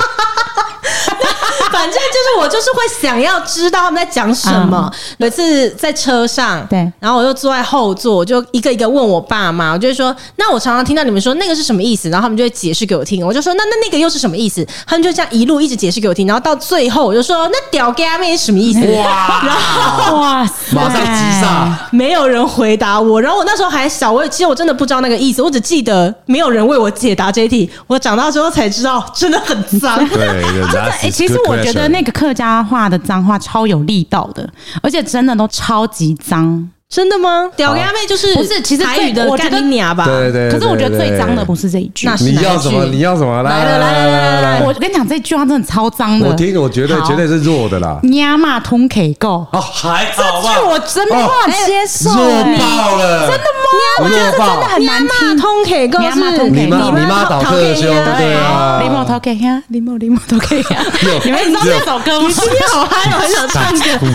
[SPEAKER 3] 反正就是我就是会想要知道他们在讲什么。有一次在车上，
[SPEAKER 2] 嗯对
[SPEAKER 3] 然后我就坐在后座，我就一个一个问我爸妈，我就会说，那我常常听到你们说那个是什么意思，然后他们就会解释给我听，我就说那那那个又是什么意思，他们就这样一路一直解释给我听，然后到最后我就说那屌 gay 妹是什么意思？
[SPEAKER 2] 嗯
[SPEAKER 3] 然后。
[SPEAKER 2] 哇塞，
[SPEAKER 1] 马上急刹。
[SPEAKER 3] 没有人回答我，然后我那时候还小，我其实我真的不知道那个意思，我只记得没有人为我解答这一题。我长大之后才知道，真的很脏。
[SPEAKER 1] 对，真的
[SPEAKER 2] 哎、其实我觉 得那个客家话的脏话超有力道的，而且真的都超级脏，哦
[SPEAKER 3] 真的吗？屌丫妹就是
[SPEAKER 2] 不是其实
[SPEAKER 3] 台
[SPEAKER 2] 最
[SPEAKER 3] 语的
[SPEAKER 2] 我觉
[SPEAKER 3] 干
[SPEAKER 2] 得
[SPEAKER 3] 你娘吧？
[SPEAKER 1] 对对。
[SPEAKER 2] 可是我觉得最脏的不
[SPEAKER 1] 是
[SPEAKER 2] 是这一句
[SPEAKER 3] 那，是
[SPEAKER 1] 你
[SPEAKER 3] 哪一
[SPEAKER 1] 要什么？
[SPEAKER 3] 句
[SPEAKER 1] 你要什么？来
[SPEAKER 3] 来了来了来了来
[SPEAKER 2] 我跟你讲，这句话真的超脏的。
[SPEAKER 1] 我听，我觉得
[SPEAKER 2] 好
[SPEAKER 1] 绝对是弱的 啦。
[SPEAKER 2] 娘嘛通 K 够，
[SPEAKER 1] 哦，还
[SPEAKER 2] 这
[SPEAKER 1] 好吧
[SPEAKER 2] 句，我真没办法
[SPEAKER 3] 啊
[SPEAKER 2] 接受、
[SPEAKER 1] 弱
[SPEAKER 2] 哎
[SPEAKER 1] 爆了，真的
[SPEAKER 3] 哦
[SPEAKER 1] 吗？弱爆，
[SPEAKER 2] 很难
[SPEAKER 3] 妈
[SPEAKER 2] 听。
[SPEAKER 3] 通 K 够
[SPEAKER 2] 你阿
[SPEAKER 3] 是
[SPEAKER 2] 嬷通 K
[SPEAKER 1] 你妈你妈倒客修，对啊，
[SPEAKER 2] 林某头 K 呀，林某林某头 K 呀，你们知道这首歌吗？今天好嗨，我很想
[SPEAKER 1] 赶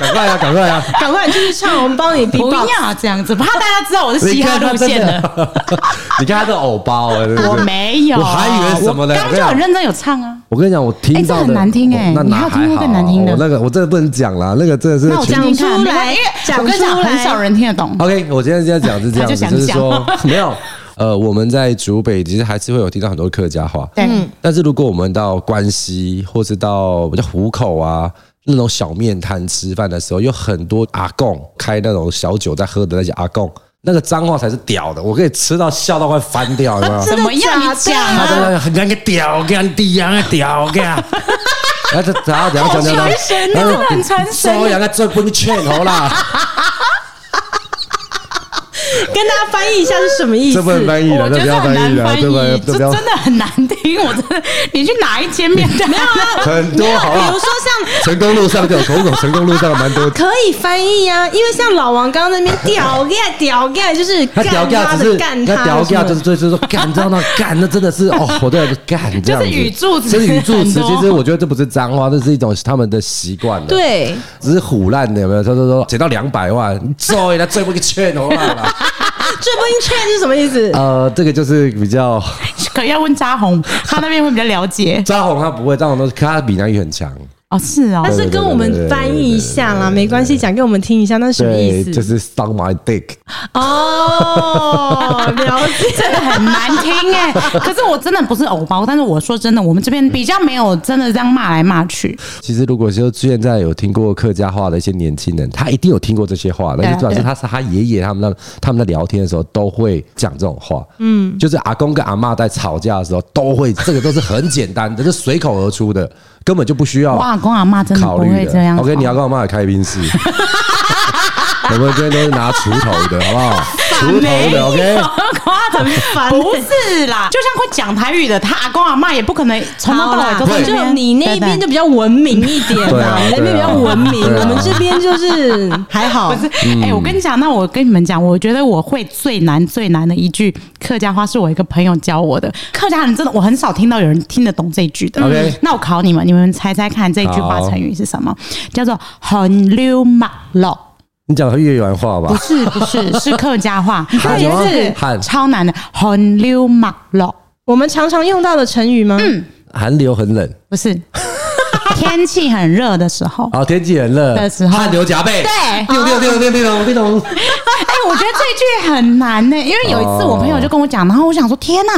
[SPEAKER 1] 赶快呀，啊赶快呀！
[SPEAKER 3] 赶快你继续唱，我们帮你 b
[SPEAKER 2] 不
[SPEAKER 3] b
[SPEAKER 2] 要这样子，怕大家知道我是
[SPEAKER 1] 你
[SPEAKER 2] 嘻哈
[SPEAKER 1] 看他
[SPEAKER 2] 路
[SPEAKER 1] 真
[SPEAKER 2] 线的。
[SPEAKER 1] 的， 你看他的偶包，
[SPEAKER 2] 我没有，
[SPEAKER 1] 我还以为什么呢？
[SPEAKER 2] 我刚刚就很认真有唱啊。
[SPEAKER 1] 我跟你讲，我听到的哦
[SPEAKER 2] 哎这很难听哎
[SPEAKER 1] 我那
[SPEAKER 2] 你还有
[SPEAKER 1] 哪还
[SPEAKER 2] 听过
[SPEAKER 1] 好哦
[SPEAKER 2] 更难听的
[SPEAKER 1] 我那个我真的不能讲啦，那个真的是
[SPEAKER 2] 那我
[SPEAKER 1] 全
[SPEAKER 2] 听听看，
[SPEAKER 3] 讲出
[SPEAKER 2] 没
[SPEAKER 3] 来
[SPEAKER 2] 关系因为
[SPEAKER 3] 讲
[SPEAKER 2] 我跟你讲，
[SPEAKER 3] 出来
[SPEAKER 2] 很少人听得懂。
[SPEAKER 1] OK，我今天这样讲是这样子，
[SPEAKER 2] 他就想
[SPEAKER 1] 是
[SPEAKER 2] 讲
[SPEAKER 1] 说没有，呃，我们在竹北其实还是会有听到很多客家话，
[SPEAKER 2] 对，
[SPEAKER 1] 但是如果我们到关西或是到比较湖口啊那种小面摊吃饭的时候，有很多阿贡开那种小酒在喝的那些阿贡，那个脏话才是屌的，我可以吃到笑到快翻掉，有没有？
[SPEAKER 2] 怎么样？你
[SPEAKER 3] 真的
[SPEAKER 2] 讲
[SPEAKER 3] 假
[SPEAKER 1] 他
[SPEAKER 2] 啊
[SPEAKER 3] 的？
[SPEAKER 1] 在那很干个屌干地洋个屌干。然后他，然后怎样讲讲
[SPEAKER 2] 好传神
[SPEAKER 1] 然
[SPEAKER 2] 真
[SPEAKER 1] 后
[SPEAKER 2] 的很传神
[SPEAKER 1] 收养个最不你劝头啦，
[SPEAKER 3] 跟大家翻译一下是什么意思
[SPEAKER 1] 这？不能翻译
[SPEAKER 2] 我
[SPEAKER 1] 了，这
[SPEAKER 2] 觉
[SPEAKER 1] 啊不要
[SPEAKER 2] 得很
[SPEAKER 1] 翻译
[SPEAKER 2] 难
[SPEAKER 1] 了，
[SPEAKER 2] 翻
[SPEAKER 1] 这不要
[SPEAKER 2] 译，
[SPEAKER 1] 这
[SPEAKER 2] 这
[SPEAKER 1] 不要
[SPEAKER 2] 真的很难听。我真的，你去哪一间面摊？没有啊，
[SPEAKER 1] 很
[SPEAKER 3] 没
[SPEAKER 1] 多
[SPEAKER 3] 有，
[SPEAKER 1] 好不
[SPEAKER 3] 比
[SPEAKER 1] 好
[SPEAKER 3] 如？说像
[SPEAKER 1] 成功路上就有口口，成功路上蛮多。
[SPEAKER 3] 可以翻译呀、因为像老王刚刚那边屌干屌干，就是
[SPEAKER 1] 他
[SPEAKER 3] 干
[SPEAKER 1] 屌架
[SPEAKER 3] 他
[SPEAKER 1] 只
[SPEAKER 3] 的
[SPEAKER 1] 是
[SPEAKER 3] 干
[SPEAKER 1] 他屌
[SPEAKER 3] 什
[SPEAKER 1] 架，
[SPEAKER 3] 么
[SPEAKER 1] 就是就是 说干，你知道吗？干，那真的是哦，我都有干这样子。
[SPEAKER 2] 就是语助词
[SPEAKER 1] 这是语助词。
[SPEAKER 2] 很多
[SPEAKER 1] 其实我觉得这不是脏话，这是一种他们的习惯了。，
[SPEAKER 3] 对，
[SPEAKER 1] 只是虎烂的有没有？他说说捡到两百万，你揍他最不个劝头 啦。
[SPEAKER 3] 啊这不音圈是什么意思？
[SPEAKER 1] 呃，这个就是比较
[SPEAKER 2] 可要问扎红，他那边会比较了解。
[SPEAKER 1] 张红他不会，张红都是他闽南语很强，
[SPEAKER 2] 哦，是哦
[SPEAKER 3] 但，是跟我们翻译一下啦，没关系，讲给我们听一下，那是什么意
[SPEAKER 1] 对，
[SPEAKER 3] 思？
[SPEAKER 1] 就是 suck my dick。
[SPEAKER 3] 哦，了 解。
[SPEAKER 2] 真的很难听哎。 可是我真的不是偶包，但是我说真的，我们这边比较没有真的这样骂来骂去。
[SPEAKER 1] 其实如果说现在有听过客家话的一些年轻人，他一定有听过这些话，
[SPEAKER 2] 对啊
[SPEAKER 1] 但是主要是他是他爷爷他们那他们在聊天的时候都会讲这种话，嗯，就是阿公跟阿嬷在吵架的时候都会，这个都是很简单的，就随口而出的，根本就不需要
[SPEAKER 2] 我阿公阿妈真的
[SPEAKER 1] 哦考
[SPEAKER 2] 不
[SPEAKER 1] 虑
[SPEAKER 2] 会这样
[SPEAKER 1] 的。
[SPEAKER 2] 吵。
[SPEAKER 1] OK，你要跟我 妈也开冰室。我们这边都是拿锄头的，好不好？锄头
[SPEAKER 2] 没
[SPEAKER 1] 的
[SPEAKER 2] 有
[SPEAKER 1] ，OK。
[SPEAKER 2] 夸张，很烦。不是啦，就像会讲台语的，他阿公阿妈也不可能从头
[SPEAKER 3] 好
[SPEAKER 2] 到尾
[SPEAKER 3] 啦，
[SPEAKER 2] 都在
[SPEAKER 1] 对
[SPEAKER 2] 那
[SPEAKER 3] 哦就
[SPEAKER 2] 边
[SPEAKER 3] 你那边就比较文明一点
[SPEAKER 1] 对
[SPEAKER 3] 啦
[SPEAKER 1] 啊，
[SPEAKER 3] 你那边比较文明，
[SPEAKER 1] 对啊
[SPEAKER 3] 我们这 边就是还 好。
[SPEAKER 2] 不是，
[SPEAKER 1] 嗯
[SPEAKER 2] 哎、我跟你讲，那我跟你们讲，我觉得我会最难最难的一句客家话，是我一个朋友教我的。客家人真的，我很少听到有人听得懂这一句的。
[SPEAKER 1] OK
[SPEAKER 2] 那我考你们，你们猜猜看，这一句话
[SPEAKER 1] 好
[SPEAKER 2] 成语是什么？叫做“横溜马路
[SPEAKER 1] 你讲粤语话”？吧
[SPEAKER 2] 不，是，不是，是客 家话，
[SPEAKER 1] 喊
[SPEAKER 2] 也
[SPEAKER 1] 什么
[SPEAKER 2] 是
[SPEAKER 1] 喊
[SPEAKER 2] 超难的“横溜马路
[SPEAKER 3] 我们常常用到的成语吗？嗯，
[SPEAKER 1] 寒流很冷，”，
[SPEAKER 2] 不是 天气很热的时候。
[SPEAKER 1] 啊，天气很热
[SPEAKER 2] 的时候
[SPEAKER 1] 汗流浃背，
[SPEAKER 2] 对
[SPEAKER 1] 六六六六六六六。，
[SPEAKER 2] 哎、我觉得这句很难呢、因为有一次我朋友就跟我讲，然后我想说，天呐，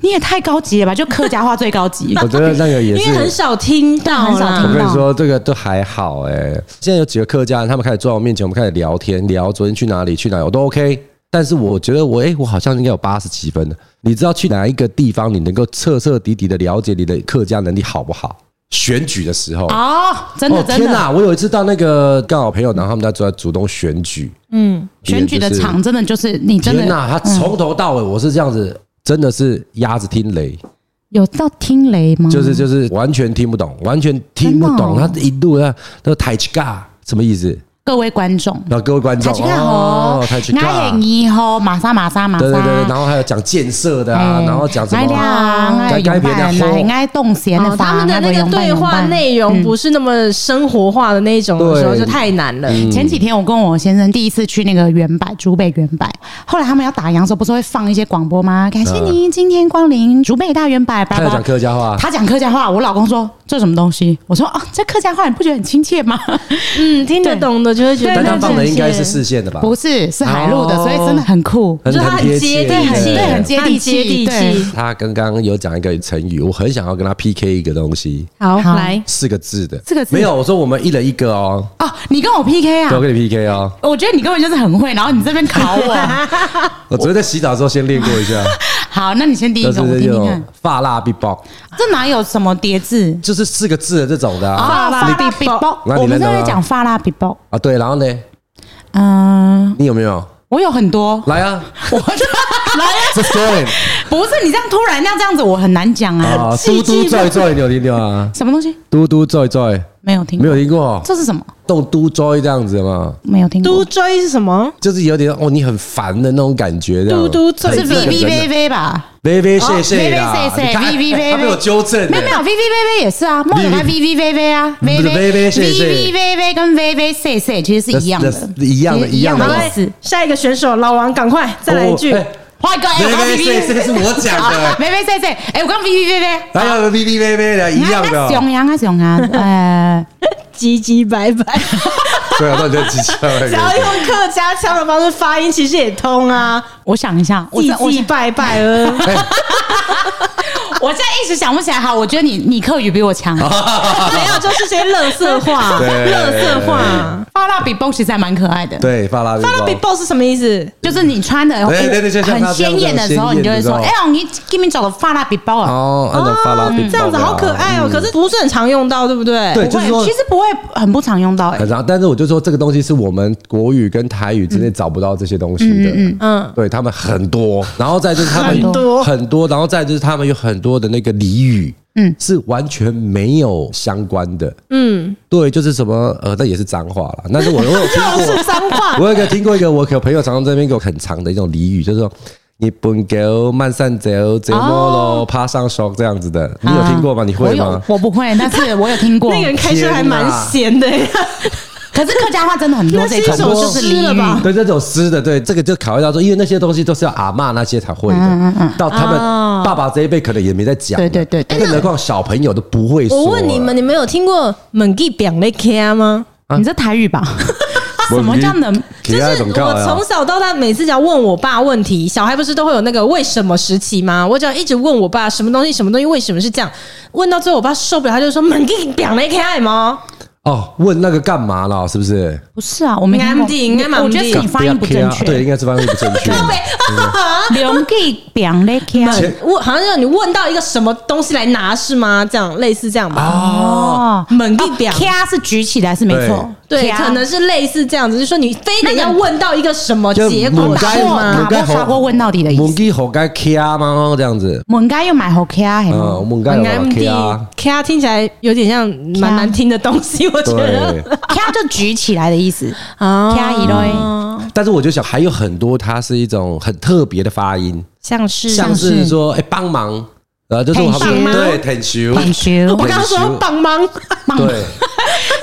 [SPEAKER 2] 你也太高级了吧！就客家话最高级
[SPEAKER 1] 我觉得那个也
[SPEAKER 3] 因为很
[SPEAKER 1] 是。
[SPEAKER 3] 少听到
[SPEAKER 2] 很少
[SPEAKER 3] 啦，
[SPEAKER 2] 听
[SPEAKER 1] 我
[SPEAKER 2] 到
[SPEAKER 1] 跟你说，这个都还好哎、现在有几个客家人，他们开始坐在我面前，我们开始聊天，聊昨天去哪里，去哪里，我都 OK。但是我觉得我哎、我好像应该有八十几分的。你知道去哪一个地方，你能够彻彻底底的了解你的客家能力好不好？选举的时候，
[SPEAKER 2] 哦，真的
[SPEAKER 1] 哦
[SPEAKER 2] 真
[SPEAKER 1] 天
[SPEAKER 2] 的，
[SPEAKER 1] 哪！我有一次到那个刚好朋友，然后他们在主主动选举，
[SPEAKER 3] 哦
[SPEAKER 1] 嗯，
[SPEAKER 2] 选举的场真的就是你真
[SPEAKER 1] 天
[SPEAKER 2] 的
[SPEAKER 1] 哪！他从头到尾我是这样子，真的是鸭子听雷。
[SPEAKER 2] 有到听雷吗？
[SPEAKER 1] 就是就是完全听不懂，完全听不懂，
[SPEAKER 2] 嗯真的
[SPEAKER 1] 他
[SPEAKER 2] 哦
[SPEAKER 1] 一路啊，那个台气尬什么意思？
[SPEAKER 2] 各位观众，
[SPEAKER 1] 然后各位观众哦
[SPEAKER 2] 台，看吼，
[SPEAKER 1] 台气
[SPEAKER 2] 那演
[SPEAKER 1] 尬，
[SPEAKER 2] 一吼，马莎马莎马莎，
[SPEAKER 1] 对对对对，然后还有讲建设的啊，
[SPEAKER 2] 啊哎
[SPEAKER 1] 然后讲什
[SPEAKER 2] 哎
[SPEAKER 1] 么？
[SPEAKER 2] 呀哎
[SPEAKER 1] 该该
[SPEAKER 2] 永
[SPEAKER 1] 别的
[SPEAKER 2] 办
[SPEAKER 1] 吼
[SPEAKER 2] 哎爱动闲的
[SPEAKER 3] 哦，他
[SPEAKER 2] 法
[SPEAKER 3] 们的那
[SPEAKER 2] 永
[SPEAKER 3] 个
[SPEAKER 2] 办
[SPEAKER 3] 对
[SPEAKER 2] 永
[SPEAKER 3] 话
[SPEAKER 2] 办
[SPEAKER 3] 内容不是那么生活化的那一种的时候，
[SPEAKER 1] 对
[SPEAKER 3] 就太难了。
[SPEAKER 1] 嗯
[SPEAKER 2] 前几天我跟我先生第一次去那个原百竹北原百，后来他们要打烊的时候，不是会放一些广播吗？感谢您今天光临竹北大原百，
[SPEAKER 1] 嗯
[SPEAKER 2] 拜
[SPEAKER 1] 他有
[SPEAKER 2] 拜
[SPEAKER 1] 讲。客家话，
[SPEAKER 2] 他讲客家话，我老公说这什么东西？我说哦，这客家话你不觉得很 亲切吗？
[SPEAKER 3] 嗯，听得懂的就会觉得，
[SPEAKER 1] 但他放的应该
[SPEAKER 3] 谢
[SPEAKER 1] 是
[SPEAKER 3] 谢
[SPEAKER 1] 视线的吧？
[SPEAKER 2] 不是，是海陆的，
[SPEAKER 1] 哦
[SPEAKER 2] 所以真的很酷。
[SPEAKER 1] 很
[SPEAKER 3] 就他
[SPEAKER 1] 很贴
[SPEAKER 3] 接
[SPEAKER 1] 切
[SPEAKER 3] 地
[SPEAKER 2] 很
[SPEAKER 3] 气，
[SPEAKER 2] 对很接地气
[SPEAKER 3] 他很接地
[SPEAKER 2] 对
[SPEAKER 3] 气。
[SPEAKER 1] 他刚刚有讲一个成语，我很想要跟他 PK 一个东西，
[SPEAKER 3] 好，
[SPEAKER 2] 好
[SPEAKER 3] 来，
[SPEAKER 1] 四个字的，
[SPEAKER 2] 四个字
[SPEAKER 1] 没有，我说我们一人一个哦，
[SPEAKER 2] 哦，你跟我 PK
[SPEAKER 1] 对我
[SPEAKER 2] 啊？
[SPEAKER 1] 跟你 PK 哦。
[SPEAKER 2] 我觉得你根本就是很会，然后你这边考 我。
[SPEAKER 1] 我昨天在洗澡的时候先练过一下，
[SPEAKER 2] 好，那你先第一
[SPEAKER 1] 就
[SPEAKER 2] 个，我
[SPEAKER 1] 是
[SPEAKER 2] 听
[SPEAKER 1] 这
[SPEAKER 2] 听
[SPEAKER 1] 种
[SPEAKER 2] 看。
[SPEAKER 1] 发蜡 b b o
[SPEAKER 2] 这哪有什么叠字？
[SPEAKER 1] 就是四个字的这种的
[SPEAKER 2] 哦
[SPEAKER 1] 啊
[SPEAKER 3] 发蜡
[SPEAKER 2] 发蜡
[SPEAKER 3] beatbox
[SPEAKER 2] beatbox
[SPEAKER 1] 那你
[SPEAKER 2] 我们
[SPEAKER 1] 认得
[SPEAKER 2] 这
[SPEAKER 1] 吗
[SPEAKER 2] 边讲发蜡 b i b o
[SPEAKER 1] 啊，对，然后呢，
[SPEAKER 2] 嗯，
[SPEAKER 1] 你有没有？
[SPEAKER 2] 我有很多，
[SPEAKER 1] 来啊，
[SPEAKER 2] 我 来啊，
[SPEAKER 1] 这 Story
[SPEAKER 2] 不是你这样突然那这样子，我很难讲啊。
[SPEAKER 1] 啊，嘟嘟拽拽，你有听到啊？
[SPEAKER 2] 什么东西
[SPEAKER 1] 嘟嘟拽拽，
[SPEAKER 2] 没有听过？
[SPEAKER 1] 没有听过，
[SPEAKER 2] 这是什么？
[SPEAKER 1] 动嘟拽这样子嘛，
[SPEAKER 2] 没有听
[SPEAKER 3] 嘟
[SPEAKER 2] 过。
[SPEAKER 3] 追是什么？
[SPEAKER 1] 就是有点哦，你很烦的那种感觉，这样哎
[SPEAKER 3] 嘟嘟拽
[SPEAKER 2] 是 V
[SPEAKER 3] 拽
[SPEAKER 2] V V V 吧？
[SPEAKER 1] 微微谢
[SPEAKER 2] 哦
[SPEAKER 1] 谢啦，
[SPEAKER 2] 微微谢谢
[SPEAKER 1] 你看
[SPEAKER 2] 微微微微
[SPEAKER 1] 他被我纠正欸，
[SPEAKER 2] 没有没有，V V V V 也是啊，莫德该 V V V V 啊
[SPEAKER 1] 不
[SPEAKER 2] ，V
[SPEAKER 1] 是
[SPEAKER 2] V
[SPEAKER 1] V V 谢
[SPEAKER 2] V
[SPEAKER 1] 谢
[SPEAKER 2] V V 跟 V V C C 其实是一样的
[SPEAKER 1] That's- that's- 一样的
[SPEAKER 2] 一样
[SPEAKER 1] 一样的
[SPEAKER 2] 意思。
[SPEAKER 3] 下一个选手老王，赶快再来一句
[SPEAKER 1] 哦。哎
[SPEAKER 2] 换一个，哎，
[SPEAKER 1] 微
[SPEAKER 2] 我刚 V
[SPEAKER 1] 微
[SPEAKER 2] V
[SPEAKER 1] 谢
[SPEAKER 2] V
[SPEAKER 1] 谢是我讲的，
[SPEAKER 2] V V C C，哎，我刚 V V V V。
[SPEAKER 1] 还有 V V V V 的一样的哦，
[SPEAKER 2] 熊羊啊熊羊，呃，
[SPEAKER 3] 唧唧拜拜，
[SPEAKER 1] 对啊，那你就记下 来
[SPEAKER 3] 只要用客家腔的方式发音，其实也通啊。
[SPEAKER 2] 我想一下，我
[SPEAKER 3] 唧
[SPEAKER 2] 真我
[SPEAKER 3] 唧拜拜 呃，
[SPEAKER 2] 我现在一时想不起来。好，我觉得你你客语比我强，
[SPEAKER 3] 没有，就是些乐色话，
[SPEAKER 1] 对
[SPEAKER 3] 乐色话。
[SPEAKER 2] 发蜡笔 box 其实还蛮可爱的。
[SPEAKER 1] 对，发拉
[SPEAKER 3] 发了 b i
[SPEAKER 1] 面
[SPEAKER 3] b o s 是什么意思？
[SPEAKER 2] 就是你穿的
[SPEAKER 1] 对对对就像他
[SPEAKER 2] 很
[SPEAKER 1] 这样
[SPEAKER 2] 鲜艳的时候，
[SPEAKER 1] 这样
[SPEAKER 2] 你就会说：“
[SPEAKER 1] 鲜艳的
[SPEAKER 2] 哎
[SPEAKER 1] 时
[SPEAKER 2] 呦，你给你找的发蜡笔包啊
[SPEAKER 1] 哦，按照发拉面
[SPEAKER 3] 这样子好可爱哦，可是不是很常用到，对不对？
[SPEAKER 1] 嗯对！”
[SPEAKER 2] 不
[SPEAKER 1] 就是
[SPEAKER 2] 会
[SPEAKER 1] 说
[SPEAKER 2] 其实不会很不常用到哎、
[SPEAKER 1] 然后，但是我就说这个东西是我们国语跟台语之内找不到这些东西的，嗯，
[SPEAKER 3] 嗯
[SPEAKER 1] 对他们很多，然后再就是他们
[SPEAKER 2] 很
[SPEAKER 3] 多
[SPEAKER 1] 很多，然后再就是他们有很多的那个俚语，嗯，是完全没有相关的，
[SPEAKER 3] 嗯，
[SPEAKER 1] 对，就是什么呃，那也是脏话啦，但是我我有听
[SPEAKER 3] 又是
[SPEAKER 1] 过，
[SPEAKER 3] 脏 话，
[SPEAKER 1] 我有一个听过一个我有朋友常常在那边给我很长的一种俚语，就是说。你本狗慢散走，折磨
[SPEAKER 3] 哦
[SPEAKER 1] 喽，趴上手这样子的，你有听过吗？你
[SPEAKER 2] 我
[SPEAKER 1] 会
[SPEAKER 2] 有
[SPEAKER 1] 吗？，
[SPEAKER 2] 我不会，但是我有听过。
[SPEAKER 3] 那个人开车还蛮闲的耶，
[SPEAKER 2] 可是客家话真的很多
[SPEAKER 3] 那是
[SPEAKER 2] 这
[SPEAKER 3] 一
[SPEAKER 2] 种，
[SPEAKER 1] 首
[SPEAKER 2] 就是
[SPEAKER 3] 诗了
[SPEAKER 2] 俚
[SPEAKER 3] 吧
[SPEAKER 2] 语。
[SPEAKER 1] 对这种诗的，对这个就考虑到说，因为那些东西都是要阿嬷那些才会的，到他们爸爸这一辈可能也没在讲了，
[SPEAKER 2] 对对对对
[SPEAKER 1] 更何况小朋友都不会说。啊
[SPEAKER 3] 我问你们，，你们有听过蒙地表那 K 吗？
[SPEAKER 1] 啊
[SPEAKER 2] 你这台 语吧？什么叫能？
[SPEAKER 1] 其
[SPEAKER 3] 就
[SPEAKER 1] 他
[SPEAKER 3] 是
[SPEAKER 1] 种告
[SPEAKER 3] 我
[SPEAKER 1] 啊
[SPEAKER 3] 从？小到大，每次只要问我爸问题，小孩不是都会有那个为什么时期吗？我只要一直问我爸什么东西，什么东西为什么是这样，问到最后我爸受不了，他就说蒙地表那 K 吗？
[SPEAKER 1] 哦，问那个干嘛啦？是不是？
[SPEAKER 2] 不是啊，我没听过。
[SPEAKER 3] 安定安定
[SPEAKER 2] 我觉得是你发音不正确。
[SPEAKER 1] 对，应该是发音不正确。
[SPEAKER 2] 两个饼咧
[SPEAKER 1] 前
[SPEAKER 3] 问好像让你问到一个什么东西来拿是吗？这样类似这样
[SPEAKER 1] 啊
[SPEAKER 3] 吧。
[SPEAKER 2] 哦，
[SPEAKER 3] 猛地饼
[SPEAKER 2] 掐是举起来是没错，
[SPEAKER 3] 对，
[SPEAKER 2] 掐
[SPEAKER 3] 可能是类似这样子，就是说你非得要问到一个什么
[SPEAKER 1] 就
[SPEAKER 3] 结
[SPEAKER 1] 猛
[SPEAKER 3] 果
[SPEAKER 1] 该
[SPEAKER 3] 是吗
[SPEAKER 2] 打
[SPEAKER 1] 猛？
[SPEAKER 2] 破砂锅问到底的意
[SPEAKER 1] 蒙
[SPEAKER 2] 思。
[SPEAKER 1] 鸡活该 K 啊吗？这样子，
[SPEAKER 2] 我应该又买好掐嘿，
[SPEAKER 1] 嗯，蒙该 K 啊，
[SPEAKER 3] K R 听起来有点像蛮难听的东西，我觉
[SPEAKER 1] 对
[SPEAKER 3] 得。
[SPEAKER 2] 掐就举起来的意思。
[SPEAKER 3] 啊
[SPEAKER 2] 掐一
[SPEAKER 3] 哦
[SPEAKER 2] 类
[SPEAKER 1] 但是我就想，还有很多它是一种很特别的发音，
[SPEAKER 3] 像是
[SPEAKER 1] 像是说哎帮忙，然后就是我
[SPEAKER 2] 帮
[SPEAKER 3] 忙
[SPEAKER 1] 对舔球，
[SPEAKER 2] 捧球
[SPEAKER 3] 我，刚刚说帮忙，
[SPEAKER 1] 对，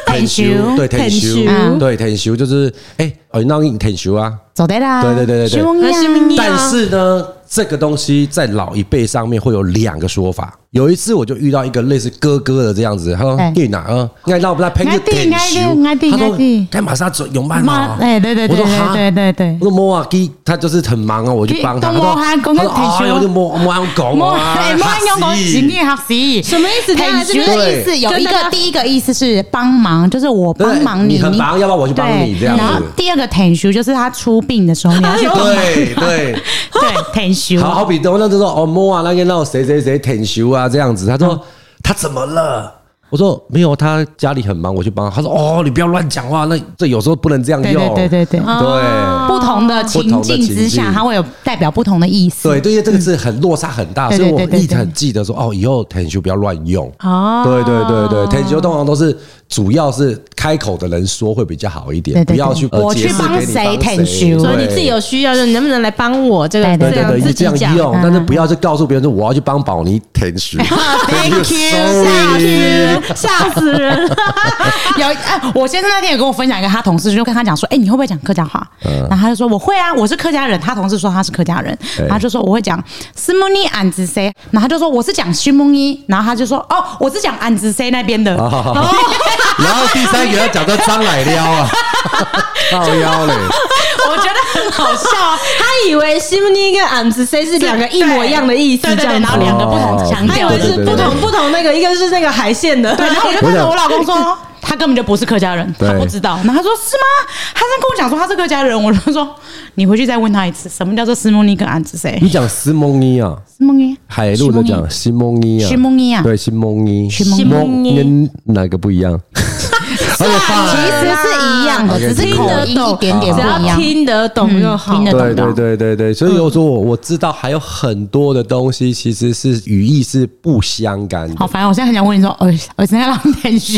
[SPEAKER 2] 棒球 嗯
[SPEAKER 1] 对舔
[SPEAKER 3] 舔
[SPEAKER 1] 球，
[SPEAKER 2] 啊
[SPEAKER 3] 球
[SPEAKER 1] 对舔球就是哎，哦，那你舔球啊。
[SPEAKER 2] 走对啦，
[SPEAKER 1] 对对对对对
[SPEAKER 2] 兄弟啊
[SPEAKER 3] 啊兄弟啊
[SPEAKER 1] 但是呢，这个东西在老一辈上面会有两个说法。有一次我就遇到一个类似哥哥的这样子，他说
[SPEAKER 2] 哎：“
[SPEAKER 1] 你哪啊？爱闹不来喷个
[SPEAKER 2] 我弟
[SPEAKER 1] 点
[SPEAKER 2] 我弟我弟
[SPEAKER 1] 球。”他
[SPEAKER 2] 我
[SPEAKER 1] 说
[SPEAKER 2] 弟：“
[SPEAKER 1] 干嘛是他准有慢
[SPEAKER 2] 哎妈
[SPEAKER 1] 啊，？”
[SPEAKER 2] 哎，对对
[SPEAKER 1] 我
[SPEAKER 2] 对
[SPEAKER 1] 说
[SPEAKER 2] 对
[SPEAKER 1] 哈
[SPEAKER 2] 对对对
[SPEAKER 1] 我，说摸啊，给他就是很忙啊，我就帮他。
[SPEAKER 2] 你
[SPEAKER 1] 他说：“
[SPEAKER 2] 都摸啊讲
[SPEAKER 1] 他
[SPEAKER 2] 到
[SPEAKER 1] 说
[SPEAKER 2] 退休
[SPEAKER 1] 哎呦，就摸摸安拱
[SPEAKER 2] 莫
[SPEAKER 1] 啊，
[SPEAKER 2] 哎莫用
[SPEAKER 1] 哈
[SPEAKER 2] 讲
[SPEAKER 1] 西
[SPEAKER 2] 是你学习，
[SPEAKER 3] 什么意思？
[SPEAKER 2] 很
[SPEAKER 3] 他
[SPEAKER 2] 学
[SPEAKER 1] 是
[SPEAKER 2] 的意思有一
[SPEAKER 3] 跟大
[SPEAKER 2] 个
[SPEAKER 3] 家
[SPEAKER 2] 第一个意思是帮忙，就是我帮
[SPEAKER 1] 对
[SPEAKER 2] 忙你，
[SPEAKER 1] 你很忙，要不然我去帮你
[SPEAKER 2] 对，
[SPEAKER 1] 这样
[SPEAKER 2] 然后
[SPEAKER 1] 子。哎
[SPEAKER 2] 第二个舔修就是他出殡的时候你要去帮忙，
[SPEAKER 1] 对对，
[SPEAKER 2] 对舔修，
[SPEAKER 1] 好好比东那就说哦摸啊，那个那谁谁谁舔球啊这样子。他说、
[SPEAKER 2] 嗯
[SPEAKER 1] 他怎么了？我说没有，他家里很忙，我去帮他。他说哦，你不要乱讲话，那这有时候不能这样
[SPEAKER 2] 对
[SPEAKER 1] 用。
[SPEAKER 2] 对哦对对对
[SPEAKER 1] 对对
[SPEAKER 2] 不同的情境之
[SPEAKER 1] 不同的情
[SPEAKER 2] 下，
[SPEAKER 1] 境
[SPEAKER 2] 它会有代表不同的意思。
[SPEAKER 1] 对，因为这个是很落差很大，
[SPEAKER 2] 对
[SPEAKER 1] 所
[SPEAKER 2] 对
[SPEAKER 1] 以我
[SPEAKER 2] 嗯对对
[SPEAKER 1] 一直
[SPEAKER 2] 对
[SPEAKER 1] 很记得说哦，以后舔球不要乱用。
[SPEAKER 3] 哦
[SPEAKER 1] 对对对对，舔球通常都是主要是开口的人说会比较好一点，
[SPEAKER 2] 对对对
[SPEAKER 1] 不要去呃
[SPEAKER 2] 我去
[SPEAKER 1] 解释
[SPEAKER 2] 帮
[SPEAKER 1] 给你
[SPEAKER 2] 谁
[SPEAKER 1] 帮
[SPEAKER 2] 舔球
[SPEAKER 3] 所
[SPEAKER 1] 对
[SPEAKER 3] 以你自己有需要，就你能不能来帮我这个
[SPEAKER 2] 对
[SPEAKER 1] 对
[SPEAKER 3] 这
[SPEAKER 1] 对
[SPEAKER 3] 样
[SPEAKER 1] 对，你
[SPEAKER 3] 自己
[SPEAKER 1] 这样
[SPEAKER 3] 讲。
[SPEAKER 2] 嗯
[SPEAKER 1] 用，但是不要去告诉别人说我要去帮宝妮舔球。
[SPEAKER 2] Thank you，
[SPEAKER 3] 哎
[SPEAKER 1] Thank you，
[SPEAKER 2] 吓死吓死人！有哎，我先生那天也跟我分享一个，他同事就跟他讲说：“哎，你会不会讲客家话？”然后他就说：“我会啊，我是客家人。”他同事说他是客家人，
[SPEAKER 1] 对
[SPEAKER 2] 然后就说我会讲斯蒙尼俺子 C，然后他就说我是讲西蒙尼，然后他就说：“哦，我是讲俺子 C 那边的。”
[SPEAKER 1] 哦然后第三个要讲到张奶撩啊，靠腰嘞，
[SPEAKER 2] 我觉得很好笑啊。
[SPEAKER 3] 他以为西蒙尼跟俺子 C 是两个一模一样的意思，
[SPEAKER 2] 对对
[SPEAKER 3] 这
[SPEAKER 2] 对，
[SPEAKER 3] 样
[SPEAKER 2] 然
[SPEAKER 3] 子
[SPEAKER 2] 后。两个不同强
[SPEAKER 3] 他以
[SPEAKER 2] 调，
[SPEAKER 3] 为
[SPEAKER 2] 对
[SPEAKER 3] 是
[SPEAKER 1] 对对对
[SPEAKER 3] 不同不同那个，一个是那个海鲜的，
[SPEAKER 2] 对，然 后我就看着我老公说， 他根本就不是客家人，
[SPEAKER 1] 对
[SPEAKER 2] 他不知道。然后他说是吗？他这样跟我讲说他是客家人，我就说你回去再问他一次，什么叫做斯蒙尼跟安子谁？
[SPEAKER 1] 你讲斯蒙尼啊，
[SPEAKER 2] 斯蒙尼，
[SPEAKER 1] 海陆的讲西蒙尼啊，
[SPEAKER 2] 西蒙尼啊
[SPEAKER 1] 对，西蒙尼，
[SPEAKER 2] 西蒙尼
[SPEAKER 1] 跟哪个不一样？那就放
[SPEAKER 2] 其实是一样的，
[SPEAKER 1] OK，
[SPEAKER 2] 只是口音一点点
[SPEAKER 3] 只
[SPEAKER 2] 不一
[SPEAKER 3] 要
[SPEAKER 2] 样。
[SPEAKER 3] 听得懂就好。
[SPEAKER 2] 嗯听得懂
[SPEAKER 1] 对对对对对，所以我说我我知道还有很多的东西其实是语义是不相干
[SPEAKER 2] 好，
[SPEAKER 1] 的，
[SPEAKER 2] 反正我现在很想问你说，呃我我现在让点书，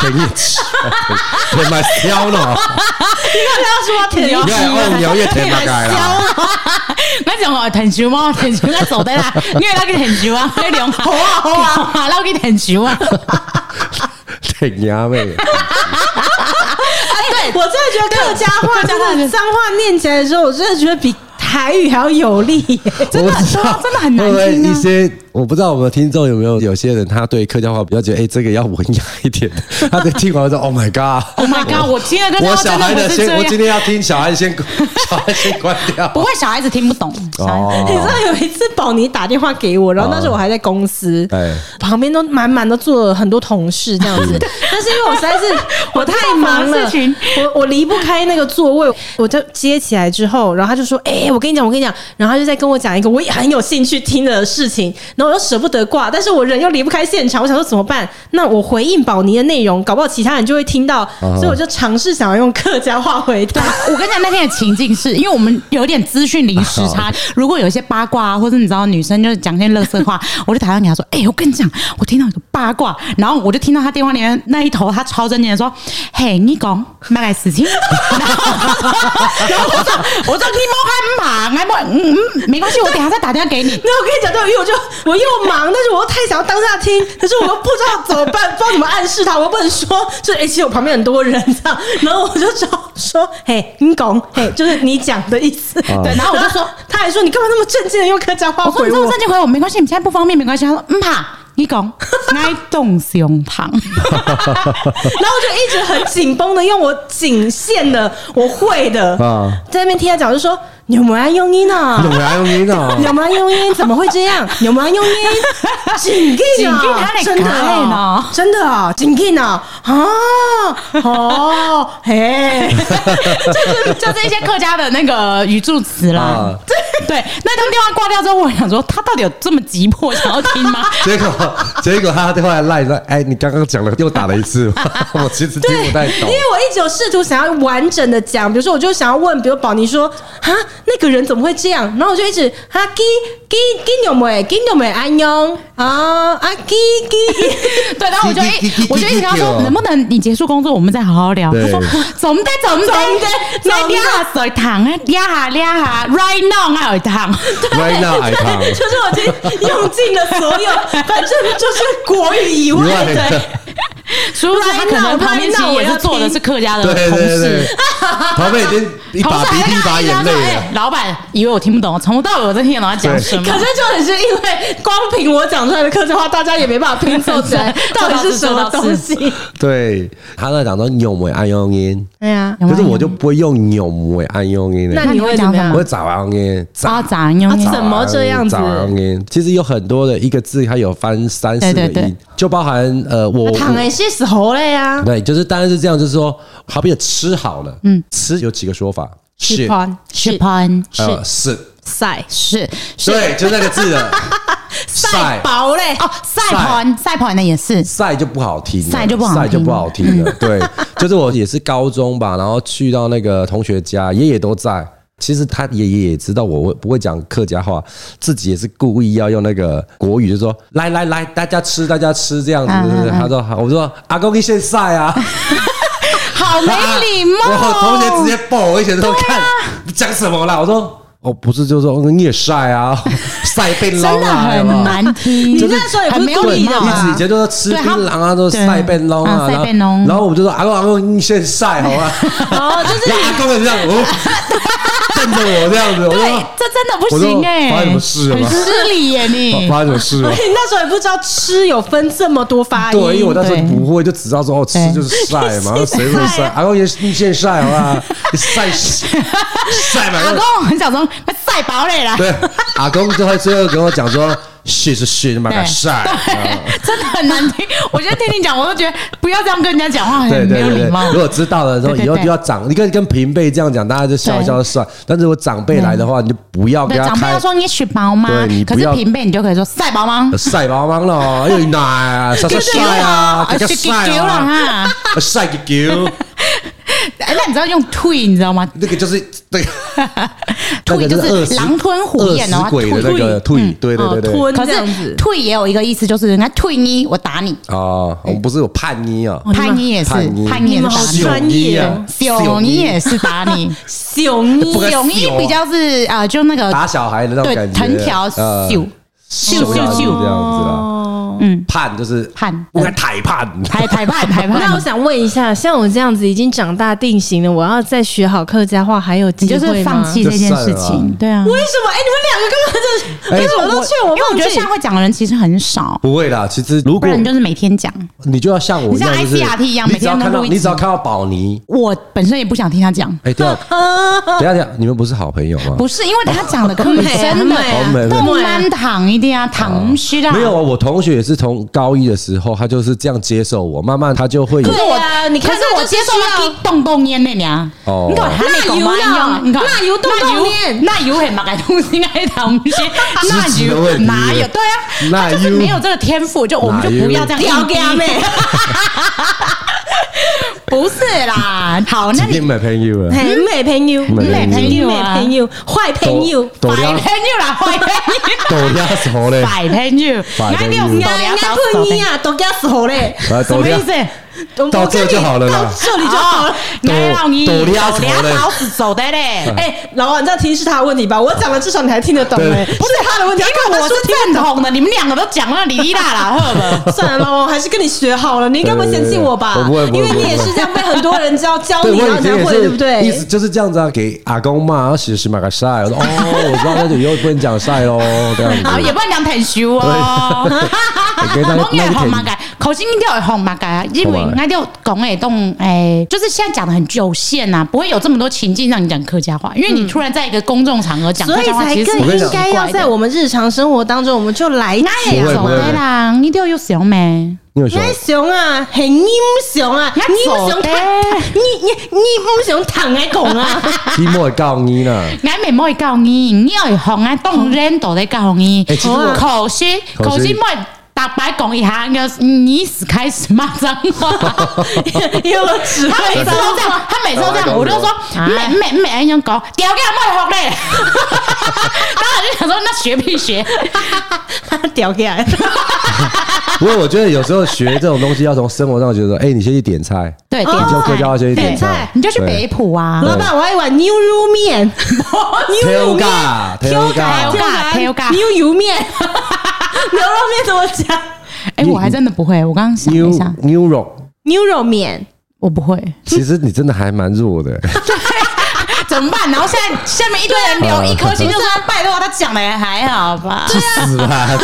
[SPEAKER 1] 可以填满消了，
[SPEAKER 3] 你
[SPEAKER 1] 你
[SPEAKER 3] 要
[SPEAKER 1] 看哦，鸟也填满改了。
[SPEAKER 2] 我讲 我点书吗？点书我走的啦，你为那个点书 啊，那两好啊好啊，好，那个点书啊，
[SPEAKER 1] 挺娘妹，
[SPEAKER 3] 哎，我真的觉得客家
[SPEAKER 2] 客
[SPEAKER 3] 话、
[SPEAKER 2] 家
[SPEAKER 3] 真
[SPEAKER 2] 话
[SPEAKER 3] 的脏话念起来的时候，我真的觉得比台语还要有力 耶。
[SPEAKER 1] 我不知
[SPEAKER 2] 对啊
[SPEAKER 1] 道，
[SPEAKER 2] 真的很难
[SPEAKER 1] 会不会
[SPEAKER 2] 听啊
[SPEAKER 1] 一些我不知道我们的听众有没有有些人，他对客家话比较觉得，哎、这个要文雅一点。 他在听完说，Oh my god！
[SPEAKER 2] Oh my god！我听了跟
[SPEAKER 1] 我
[SPEAKER 2] 他
[SPEAKER 1] 小
[SPEAKER 2] 真的
[SPEAKER 1] 孩的
[SPEAKER 2] 不是这
[SPEAKER 1] 先，我今
[SPEAKER 2] 样，
[SPEAKER 1] 天要听小孩先， 小孩先关掉。
[SPEAKER 2] 不会小孩子听不懂。小孩子
[SPEAKER 3] 你知
[SPEAKER 1] 哦，
[SPEAKER 3] 道有一次宝妮打电话给我，然后那时候我还在公司，
[SPEAKER 1] 哎
[SPEAKER 3] 旁边都满满都坐了很多同事这样 子。但是因为我实在是我太忙
[SPEAKER 2] 我知道
[SPEAKER 3] 了
[SPEAKER 2] 事情，
[SPEAKER 3] 我我离不开那个座位，我就接起来之后，然后他就说：“哎、我跟你讲，我跟你讲。”然后他就在跟我讲一个我也很有兴趣听的事情，然后我又舍不得挂，但是我人又离不开现场，我想说怎么办？那我回应宝妮的内容，搞不好其他人就会听到，
[SPEAKER 1] 嗯
[SPEAKER 3] 所以我就尝试想要用客家话回答。
[SPEAKER 2] 我跟你讲，那天的情境是因为我们有点资讯零时差，如果有一些八卦啊，或者你知道女生就是讲些乐色话， 我就打到你，他说：“哎、我跟你讲，我听到一个八卦。”然后我就听到他电话里面那一头，他超正经的说：“嘿，你讲买来事情？” 然后然后我说：“我说你莫很忙，哎，不，嗯嗯，没关系，我等一下再打电话给你。”
[SPEAKER 3] 那我跟你讲，对，因为我就我又忙，但是我又太想要当下听，可是我又不知道怎么办，不知道怎么暗示他，我又不能说，就是哎、其实我旁边很多人这样，然后我就找说，嘿，你懂，嘿，就是你讲的意思，对，然后我 就说，他还说你干嘛那么正经的用客家话
[SPEAKER 2] 啊我说：“
[SPEAKER 3] 回
[SPEAKER 2] 你这么
[SPEAKER 3] 我
[SPEAKER 2] 正？经回我没关系，你现在不方便没关系。”他说：“嗯怕。”你讲，爱动胸膛，
[SPEAKER 3] 然后我就一直很紧绷的用我仅限的我会的
[SPEAKER 1] 啊，
[SPEAKER 3] 在那边听他讲，我就说你们要用音呢
[SPEAKER 1] 怎。么来用哦你呢？
[SPEAKER 3] 有吗？用音怎么会这样？有吗？用音，紧紧
[SPEAKER 2] 紧紧
[SPEAKER 3] 啊
[SPEAKER 2] 他嘞，
[SPEAKER 3] 真的
[SPEAKER 2] 卡嘞
[SPEAKER 3] 哦
[SPEAKER 2] 呢，
[SPEAKER 3] 真的啊，紧紧啊，啊，哦，嘿，
[SPEAKER 2] 就是就是一些客家的那个语助词啦
[SPEAKER 1] 啊。
[SPEAKER 2] 对对，那通电话挂掉之后，我想说他到底有这么急迫想要听吗？
[SPEAKER 1] 结果结果他后来赖说，哎、你刚刚讲了又打了一次， 我其实听不太懂
[SPEAKER 3] 因。为我一直有试图想要完整的讲，比如说我就想要问，比如宝妮说啊，那个人怎么会这样？然后我就一直啊，给给给有没给有没安用啊啊给给，
[SPEAKER 2] 对，然后我就
[SPEAKER 1] 叽叽叽
[SPEAKER 2] 一
[SPEAKER 1] 叽
[SPEAKER 2] 我就一直跟他
[SPEAKER 1] 叽叽
[SPEAKER 2] 说，
[SPEAKER 1] 哦
[SPEAKER 2] 能不能你结束工作，我们再好好聊。他
[SPEAKER 1] 对
[SPEAKER 2] 说总得总得
[SPEAKER 3] 总得
[SPEAKER 2] 总
[SPEAKER 3] 总得
[SPEAKER 2] 得下水糖啊，压下压下，right now 还有糖。
[SPEAKER 1] Right now, I come。
[SPEAKER 3] 就是我已经用尽了所有，反正就是国语以外
[SPEAKER 1] 以外
[SPEAKER 3] 的
[SPEAKER 1] 的。
[SPEAKER 2] 殊不知他可能旁边其实也是坐的是客家的
[SPEAKER 1] 对
[SPEAKER 2] 同
[SPEAKER 1] 对
[SPEAKER 2] 事
[SPEAKER 1] 对，，旁边已经一
[SPEAKER 2] 同
[SPEAKER 1] 把
[SPEAKER 2] 事
[SPEAKER 1] 鼻涕
[SPEAKER 2] 还
[SPEAKER 1] 一把
[SPEAKER 2] 在那
[SPEAKER 1] 眼
[SPEAKER 2] 边
[SPEAKER 1] 泪
[SPEAKER 2] 说哎
[SPEAKER 1] 了。
[SPEAKER 2] 老板以为我听不懂，从头到尾我在听懂他讲什么。
[SPEAKER 3] 可是就很是因为光凭我讲出来的客家话，大家也没办法拼凑 起来到底是什么东西。
[SPEAKER 1] 对，
[SPEAKER 2] 哎
[SPEAKER 1] 他在讲说纽梅安用音，
[SPEAKER 3] 哎呀，
[SPEAKER 2] 有没
[SPEAKER 1] 可
[SPEAKER 2] 有
[SPEAKER 1] 是我就不会用纽梅安用音
[SPEAKER 3] 那
[SPEAKER 1] 的，
[SPEAKER 3] 你会怎么样
[SPEAKER 1] 我？会早安音，
[SPEAKER 2] 啊，
[SPEAKER 1] 早
[SPEAKER 2] 咋样用
[SPEAKER 3] 啊
[SPEAKER 2] 用
[SPEAKER 3] 怎么这样子
[SPEAKER 1] 早安音。其实有很多的一个字，它有翻三四
[SPEAKER 2] 对对
[SPEAKER 1] 个
[SPEAKER 2] 对
[SPEAKER 1] 音，就包含呃我。
[SPEAKER 3] 躺
[SPEAKER 1] 我
[SPEAKER 3] 哎，是死猴了呀！
[SPEAKER 1] 对，就是当然是这样，就是说，好比吃好了，嗯，吃有几个说法，是
[SPEAKER 3] 宽
[SPEAKER 2] 是喷
[SPEAKER 1] 还有是，
[SPEAKER 3] 晒
[SPEAKER 2] 是是
[SPEAKER 1] 呃对，就那个字 的
[SPEAKER 3] 晒薄嘞，
[SPEAKER 2] 哦，赛盘赛盘的也是
[SPEAKER 1] 赛就不好听了，
[SPEAKER 2] 赛就不好听
[SPEAKER 1] 赛就不好听了。 对，就是我也是高中吧，然后去到那个同学家，爷爷都在。其实他爷爷也知道我会不会讲客家话，自己也是故意要用那个国语，就说来来来，大家吃，大家吃这样子。
[SPEAKER 2] 嗯嗯嗯
[SPEAKER 1] 他说好，我说阿公你先晒啊，
[SPEAKER 2] 好没礼 貌啊
[SPEAKER 1] 我
[SPEAKER 2] 哦。
[SPEAKER 1] 同学直接抱我一拳说看你讲什么啦，我说。哦，不是，就是说嗯你也晒啊， 晒被
[SPEAKER 2] 真
[SPEAKER 1] 捞啊，
[SPEAKER 2] 的很难听。
[SPEAKER 3] 就是你那时候也不是
[SPEAKER 2] 很没有
[SPEAKER 3] 故意
[SPEAKER 2] 礼
[SPEAKER 3] 的
[SPEAKER 2] 貌
[SPEAKER 3] 吧
[SPEAKER 1] 一直以
[SPEAKER 2] 啊。
[SPEAKER 1] 前都说吃槟榔啊，都是晒便弄啊，然
[SPEAKER 2] 对啊
[SPEAKER 1] 后
[SPEAKER 2] 晒便弄
[SPEAKER 1] 然后我们就说阿公阿公，你先晒好吧？
[SPEAKER 3] 哦，就是
[SPEAKER 1] 然后阿公也这样，哦，瞪着我这样子，我
[SPEAKER 2] 对
[SPEAKER 1] 说，
[SPEAKER 2] 这真的不行
[SPEAKER 1] 我说
[SPEAKER 2] 哎、
[SPEAKER 1] 发生什么事了吗
[SPEAKER 2] 很失礼 耶你。
[SPEAKER 1] 发生什么事了？
[SPEAKER 3] 你 那时候也不知道吃有分这么多发音，哦
[SPEAKER 1] 对，因为我那时候不会，就只知道说哦，吃就是晒嘛，谁会晒？阿公也你先晒好吧？你晒晒嘛
[SPEAKER 2] 阿。公很想说，快晒饱嘞啦。
[SPEAKER 1] 对，阿公就会最后跟我讲说，是是是，妈个晒，啊
[SPEAKER 2] 真的很难听。我觉得听你讲，我都觉得不要这样跟人家讲话，
[SPEAKER 1] 对
[SPEAKER 2] 很 没
[SPEAKER 1] 对
[SPEAKER 2] 有
[SPEAKER 1] 对
[SPEAKER 2] 礼
[SPEAKER 1] 对
[SPEAKER 2] 貌。。
[SPEAKER 1] 如果知道了之后，
[SPEAKER 2] 对对
[SPEAKER 1] 以后
[SPEAKER 2] 对
[SPEAKER 1] 就要长，你跟跟平辈这样讲，大家就笑一笑就算。但是我长辈来的话，你就不要
[SPEAKER 2] 对，
[SPEAKER 1] 跟他
[SPEAKER 2] 长辈
[SPEAKER 1] 开
[SPEAKER 2] 要说你雪毛吗
[SPEAKER 1] 对你？
[SPEAKER 2] 可
[SPEAKER 1] 不
[SPEAKER 2] 是
[SPEAKER 1] 要
[SPEAKER 2] 平辈你就可以说晒毛吗？
[SPEAKER 1] 呃晒毛毛 咯，又奶啊，晒晒晒啊，给
[SPEAKER 2] 就
[SPEAKER 1] 个
[SPEAKER 2] 丢
[SPEAKER 1] 晒
[SPEAKER 2] 了
[SPEAKER 1] 啊，
[SPEAKER 2] 啊！
[SPEAKER 1] 晒个 球，
[SPEAKER 2] 哎，那你知道用退你知道吗？
[SPEAKER 1] 那个就是那个那
[SPEAKER 2] 退
[SPEAKER 1] 个
[SPEAKER 2] 就
[SPEAKER 1] 饿
[SPEAKER 2] 是
[SPEAKER 1] 死
[SPEAKER 2] 狼吞虎咽哦的
[SPEAKER 1] 饿
[SPEAKER 2] 话，
[SPEAKER 1] 死鬼的那个
[SPEAKER 2] 退。
[SPEAKER 1] 退，对
[SPEAKER 2] 哦
[SPEAKER 1] 对对对，
[SPEAKER 3] 吞
[SPEAKER 2] 可
[SPEAKER 3] 这样子
[SPEAKER 2] 是。退也有一个意思，就是人家退你，我打你。
[SPEAKER 1] 哦，我们不是有叛逆啊，
[SPEAKER 2] 叛逆哦也是
[SPEAKER 1] 叛逆，
[SPEAKER 2] 叛逆也是打
[SPEAKER 3] 哦你们好
[SPEAKER 2] 你，
[SPEAKER 3] 专业
[SPEAKER 1] 啊，
[SPEAKER 2] 囧你也是打你，
[SPEAKER 3] 熊
[SPEAKER 1] 不可
[SPEAKER 2] 囧一
[SPEAKER 1] 囧啊
[SPEAKER 2] 比较是啊，就那个
[SPEAKER 1] 打小孩的那种
[SPEAKER 2] 对
[SPEAKER 1] 感觉，
[SPEAKER 2] 藤条
[SPEAKER 1] 呃
[SPEAKER 2] 秀
[SPEAKER 1] 手
[SPEAKER 2] 秀
[SPEAKER 1] 要
[SPEAKER 2] 秀
[SPEAKER 1] 是
[SPEAKER 2] 秀
[SPEAKER 1] 这样子啦，
[SPEAKER 3] 哦，
[SPEAKER 1] 叛就是
[SPEAKER 2] 判
[SPEAKER 1] 我该抬判，
[SPEAKER 2] 台台 判台判，
[SPEAKER 3] 那我想问一下，像我这样子已经长大定型了，我要再学好客家话，还有
[SPEAKER 2] 你
[SPEAKER 3] 机会
[SPEAKER 2] 就
[SPEAKER 3] 吗？
[SPEAKER 2] 是放弃这件事情，对啊。
[SPEAKER 3] 为什么？哎、你们两个根本就是，
[SPEAKER 1] 哎
[SPEAKER 3] 为什么都劝我
[SPEAKER 2] 因为我
[SPEAKER 3] 放
[SPEAKER 2] 觉得
[SPEAKER 3] 弃
[SPEAKER 2] 现在？会讲的人其实很少，
[SPEAKER 1] 不会啦，其实如
[SPEAKER 2] 不
[SPEAKER 1] 果
[SPEAKER 2] 然你就是每天讲。
[SPEAKER 1] 你就要像我一样，就
[SPEAKER 2] 你
[SPEAKER 1] 是
[SPEAKER 2] 像 ICRT 一样
[SPEAKER 1] 你只要
[SPEAKER 2] 每天都
[SPEAKER 1] 看到
[SPEAKER 2] 录一集
[SPEAKER 1] 你只要看到宝妮，
[SPEAKER 2] 我本身也不想听他讲，
[SPEAKER 1] 哎，对啊，
[SPEAKER 3] 呃
[SPEAKER 1] 等一下等一下，你们不是好朋友吗？
[SPEAKER 2] 不是因为他讲的可 以
[SPEAKER 3] 美
[SPEAKER 2] 真的
[SPEAKER 1] 好美
[SPEAKER 2] 动漫躺一定啊，躺虚啦。
[SPEAKER 1] 没有啊，我同学也是从高一的时候，他就是这样接受我，慢慢他就会有
[SPEAKER 3] 可对啊你看
[SPEAKER 2] 可是我接受
[SPEAKER 3] 这就
[SPEAKER 2] 了
[SPEAKER 3] 是需要
[SPEAKER 2] 动动烟那俩。
[SPEAKER 1] 哦
[SPEAKER 2] 你看他那个嘛
[SPEAKER 3] 辣油啦
[SPEAKER 2] 你看
[SPEAKER 3] 辣油动动烟
[SPEAKER 2] 那油很马改东西该躺 虚，那
[SPEAKER 1] 质的
[SPEAKER 2] 油
[SPEAKER 1] 问题
[SPEAKER 2] 哪有？对啊，
[SPEAKER 1] 辣
[SPEAKER 2] 他就是
[SPEAKER 1] 油
[SPEAKER 2] 没有这个天赋，就我们就
[SPEAKER 1] 辣油
[SPEAKER 2] 不要这样
[SPEAKER 3] 屌给阿
[SPEAKER 2] 硬逼
[SPEAKER 3] 妹，
[SPEAKER 2] 不是啦。好，那
[SPEAKER 1] 今
[SPEAKER 2] 你
[SPEAKER 1] 天没朋友了，
[SPEAKER 3] 很美朋友，
[SPEAKER 1] 美
[SPEAKER 2] 美朋友
[SPEAKER 3] 美
[SPEAKER 2] 啊
[SPEAKER 3] 朋友，坏朋友，
[SPEAKER 1] 抖抖
[SPEAKER 2] 百
[SPEAKER 1] 掉
[SPEAKER 2] 朋友啦，百朋友，
[SPEAKER 1] 抖掉手嘞，
[SPEAKER 2] 百朋友，
[SPEAKER 1] 百哎朋友
[SPEAKER 2] 你看你有
[SPEAKER 3] 呀，人家喷你啊，都给他死嘞，
[SPEAKER 1] 啊，
[SPEAKER 2] 什
[SPEAKER 1] 抖
[SPEAKER 2] 么
[SPEAKER 1] 掉
[SPEAKER 2] 意，思？
[SPEAKER 3] 我
[SPEAKER 1] 到这就好了
[SPEAKER 3] 到
[SPEAKER 1] 啦
[SPEAKER 3] 这里就好了。
[SPEAKER 2] 你还让你
[SPEAKER 1] 抖抖俩手嘞
[SPEAKER 2] 老子走的
[SPEAKER 1] 嗯
[SPEAKER 2] 嘞。
[SPEAKER 3] 哎、老王，你这样听是他的问题吧？我讲了，至少你还听得懂哎、
[SPEAKER 1] 对
[SPEAKER 3] 不是他的问题，因
[SPEAKER 2] 因哎为我是正统的，你们两个都讲了里里啦 啦，赫本。
[SPEAKER 3] 算了，老王，我还是跟你学好了。你应该不会嫌弃我吧？
[SPEAKER 1] 对对对我不会不会
[SPEAKER 3] 因为你也是这样被很多人教教
[SPEAKER 1] 对，
[SPEAKER 3] 你，然
[SPEAKER 1] 我以
[SPEAKER 3] 后你才
[SPEAKER 1] 前也
[SPEAKER 3] 会，对不
[SPEAKER 1] 是，
[SPEAKER 3] 对
[SPEAKER 1] 意？思就是这样子啊，给阿公骂，然后洗洗马个晒，我说哦，我知道那就以后不能讲晒喽，这样
[SPEAKER 2] 好，啊也
[SPEAKER 1] 子，
[SPEAKER 2] 不能讲很熟哦。 我也红马改，口音一定要红马改啊，因为那就讲诶动诶，就是现在讲的很有限呐，不会有这么多情境让你讲客家话，因为你突然在一个公众场合讲
[SPEAKER 3] 所
[SPEAKER 2] 客
[SPEAKER 3] 以
[SPEAKER 2] 家话，
[SPEAKER 3] 才
[SPEAKER 2] 其实
[SPEAKER 3] 更
[SPEAKER 1] 我跟你讲
[SPEAKER 3] 应该要在我们日常生活当中，我们就来
[SPEAKER 2] 那
[SPEAKER 3] 讲
[SPEAKER 2] 也
[SPEAKER 1] 不
[SPEAKER 2] 走
[SPEAKER 1] 会不会
[SPEAKER 2] 的啦，你都有想咩？
[SPEAKER 1] 你有说
[SPEAKER 3] 你熊啊，很英雄啊，
[SPEAKER 2] 你哎
[SPEAKER 3] 英
[SPEAKER 2] 走
[SPEAKER 3] 雄
[SPEAKER 2] 呗
[SPEAKER 3] 躺，你你你英雄躺来拱啊，
[SPEAKER 1] 提莫告你呢？
[SPEAKER 2] 俺妹妹教你，你要红啊，当然都在教你
[SPEAKER 1] 欸其实我。
[SPEAKER 2] 可惜，
[SPEAKER 1] 口
[SPEAKER 2] 可
[SPEAKER 1] 是
[SPEAKER 2] 惜莫打白讲一下，你是开始骂脏 话。
[SPEAKER 3] 因为我只
[SPEAKER 2] 他
[SPEAKER 3] 会
[SPEAKER 2] 每次
[SPEAKER 3] 脏
[SPEAKER 2] 都这样，他每次都这样，我就说每每每人样搞，屌给他莫学嘞。 然后我就想说，那学必学，
[SPEAKER 3] 屌起来。
[SPEAKER 1] 不过我觉得有时候学这种东西，要从生活上觉得说，哎，你先去点菜，
[SPEAKER 2] 对，
[SPEAKER 1] 你
[SPEAKER 2] 点
[SPEAKER 1] 就客家话先去
[SPEAKER 2] 点
[SPEAKER 1] 点菜
[SPEAKER 2] 菜，，你就去
[SPEAKER 1] 对
[SPEAKER 2] 北浦啊。
[SPEAKER 3] 老板，我要一碗牛肉面，牛肉面，
[SPEAKER 1] Teoga，
[SPEAKER 2] Teoga，
[SPEAKER 1] Teoga，
[SPEAKER 2] Teoga
[SPEAKER 3] 牛油面， 牛肉面怎么讲？
[SPEAKER 2] 哎，我还真的不会，我刚刚想了
[SPEAKER 1] 牛
[SPEAKER 2] 一下，
[SPEAKER 1] 牛肉，
[SPEAKER 3] 牛肉面，
[SPEAKER 2] 我不会，
[SPEAKER 1] 其实你真的还蛮弱的。
[SPEAKER 2] 啊怎么办？然后现在下面一堆人留 一颗星，就说拜托他讲的还好吧。
[SPEAKER 1] 去死吧！还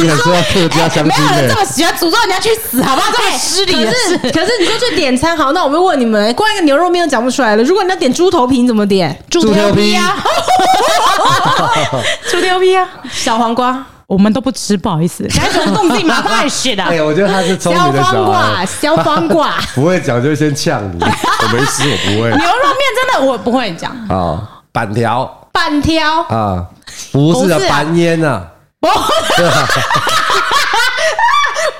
[SPEAKER 1] 敢说客家乡
[SPEAKER 2] 哎没
[SPEAKER 1] 亲
[SPEAKER 2] 有人
[SPEAKER 1] 呢？
[SPEAKER 2] 这么喜欢诅咒人家去死，好不好？这么失 礼啊
[SPEAKER 3] 可
[SPEAKER 2] 的
[SPEAKER 3] 是
[SPEAKER 2] 事。
[SPEAKER 3] 可是你说去点餐好，那我们问你们，光一个牛肉面都讲不出来了，如果你要点猪头皮，你怎么点？
[SPEAKER 1] 猪头皮
[SPEAKER 2] 啊，
[SPEAKER 3] 猪头皮啊，小黄瓜，
[SPEAKER 2] 我们都不吃，不好意思。该什么动静嘛？太是
[SPEAKER 1] 哎
[SPEAKER 2] 的。
[SPEAKER 1] 呀，我觉得他是聪
[SPEAKER 3] 小
[SPEAKER 1] 明的
[SPEAKER 3] 黄
[SPEAKER 1] 小
[SPEAKER 3] 瓜，
[SPEAKER 1] 孩，
[SPEAKER 3] 小黄 瓜。
[SPEAKER 1] 不会讲就先呛你。我没吃，我 不会
[SPEAKER 2] 牛肉面真的我不会讲，
[SPEAKER 1] 啊。板条
[SPEAKER 3] 半挑，
[SPEAKER 1] 啊，不是的
[SPEAKER 3] 不是，啊
[SPEAKER 1] 板烟呐，
[SPEAKER 2] 哦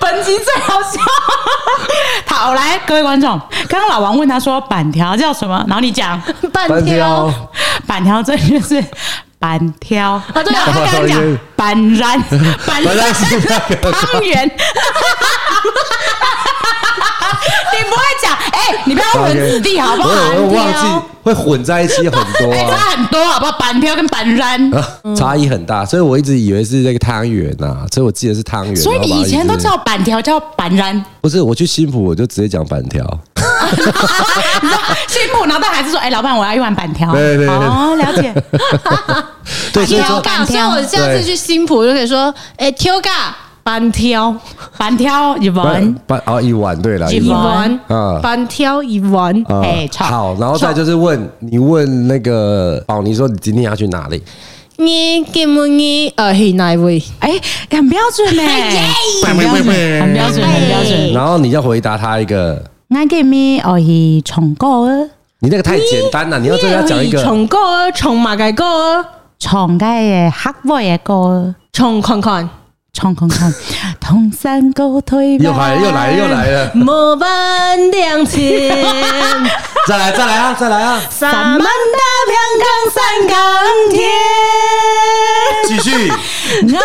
[SPEAKER 2] 本集最好笑。好，来各位观众，刚刚老王问他说板条叫什么，然后你讲
[SPEAKER 3] 半
[SPEAKER 1] 板
[SPEAKER 3] 挑
[SPEAKER 1] 条，
[SPEAKER 2] 板条，这就是板条啊，对
[SPEAKER 1] 啊
[SPEAKER 2] 他刚刚讲 板 然，板
[SPEAKER 1] 本来
[SPEAKER 2] 然
[SPEAKER 1] 是那 个
[SPEAKER 2] 汤圆。你不会讲，哎、你不要文字地好不好？
[SPEAKER 1] 我有我有忘
[SPEAKER 2] 板条
[SPEAKER 1] 记会混在一起很多
[SPEAKER 2] 哎、
[SPEAKER 1] 啊
[SPEAKER 2] 差很多好不好？板条跟板然。
[SPEAKER 1] 啊，差异很大，所以我一直以为是那个汤圆呐，所以我记得是汤圆。
[SPEAKER 2] 所以
[SPEAKER 1] 然后
[SPEAKER 2] 你
[SPEAKER 1] 把它
[SPEAKER 2] 以前
[SPEAKER 1] 一
[SPEAKER 2] 都
[SPEAKER 1] 直
[SPEAKER 2] 叫板条叫板 然，
[SPEAKER 1] 不是？我去新浦我就直接讲板条，
[SPEAKER 2] 辛苦，然后他还是说，哎、老板，我要一碗板条。
[SPEAKER 1] 对对对
[SPEAKER 2] 哦，了解。
[SPEAKER 1] 对，所以
[SPEAKER 3] 挑
[SPEAKER 1] 说
[SPEAKER 3] 嘎，所以我下次去新浦就可以说，哎，挑嘎，半挑，
[SPEAKER 2] 板条一
[SPEAKER 1] 板
[SPEAKER 2] 碗，
[SPEAKER 1] 板哦一碗，对了，
[SPEAKER 2] 一
[SPEAKER 1] 一
[SPEAKER 3] 一
[SPEAKER 1] 碗。
[SPEAKER 3] 碗
[SPEAKER 1] 啊，
[SPEAKER 3] 半挑一碗，
[SPEAKER 1] 啊
[SPEAKER 2] 哎，臭
[SPEAKER 1] 好，然后再就是问你问那个宝妮说你今天要去哪里？
[SPEAKER 3] 你给木你呃嘿那位，
[SPEAKER 2] 哎、很标 准哎、很标准，很标准，很标准。
[SPEAKER 1] 然后你要回答他一个，
[SPEAKER 2] 我给咪哦伊重构的
[SPEAKER 1] 你那个太简单了，你要真的要讲一个，
[SPEAKER 3] 重过儿，重马改过儿，
[SPEAKER 2] 重个的黑尾的歌，
[SPEAKER 3] 重看看，
[SPEAKER 2] 重看 看，同山沟推
[SPEAKER 1] 又来又来又来 了，
[SPEAKER 3] 莫半两千，
[SPEAKER 1] 再来再来啊，再来啊，
[SPEAKER 3] 三万大平冈山冈天，
[SPEAKER 1] 继 续，
[SPEAKER 2] 我讲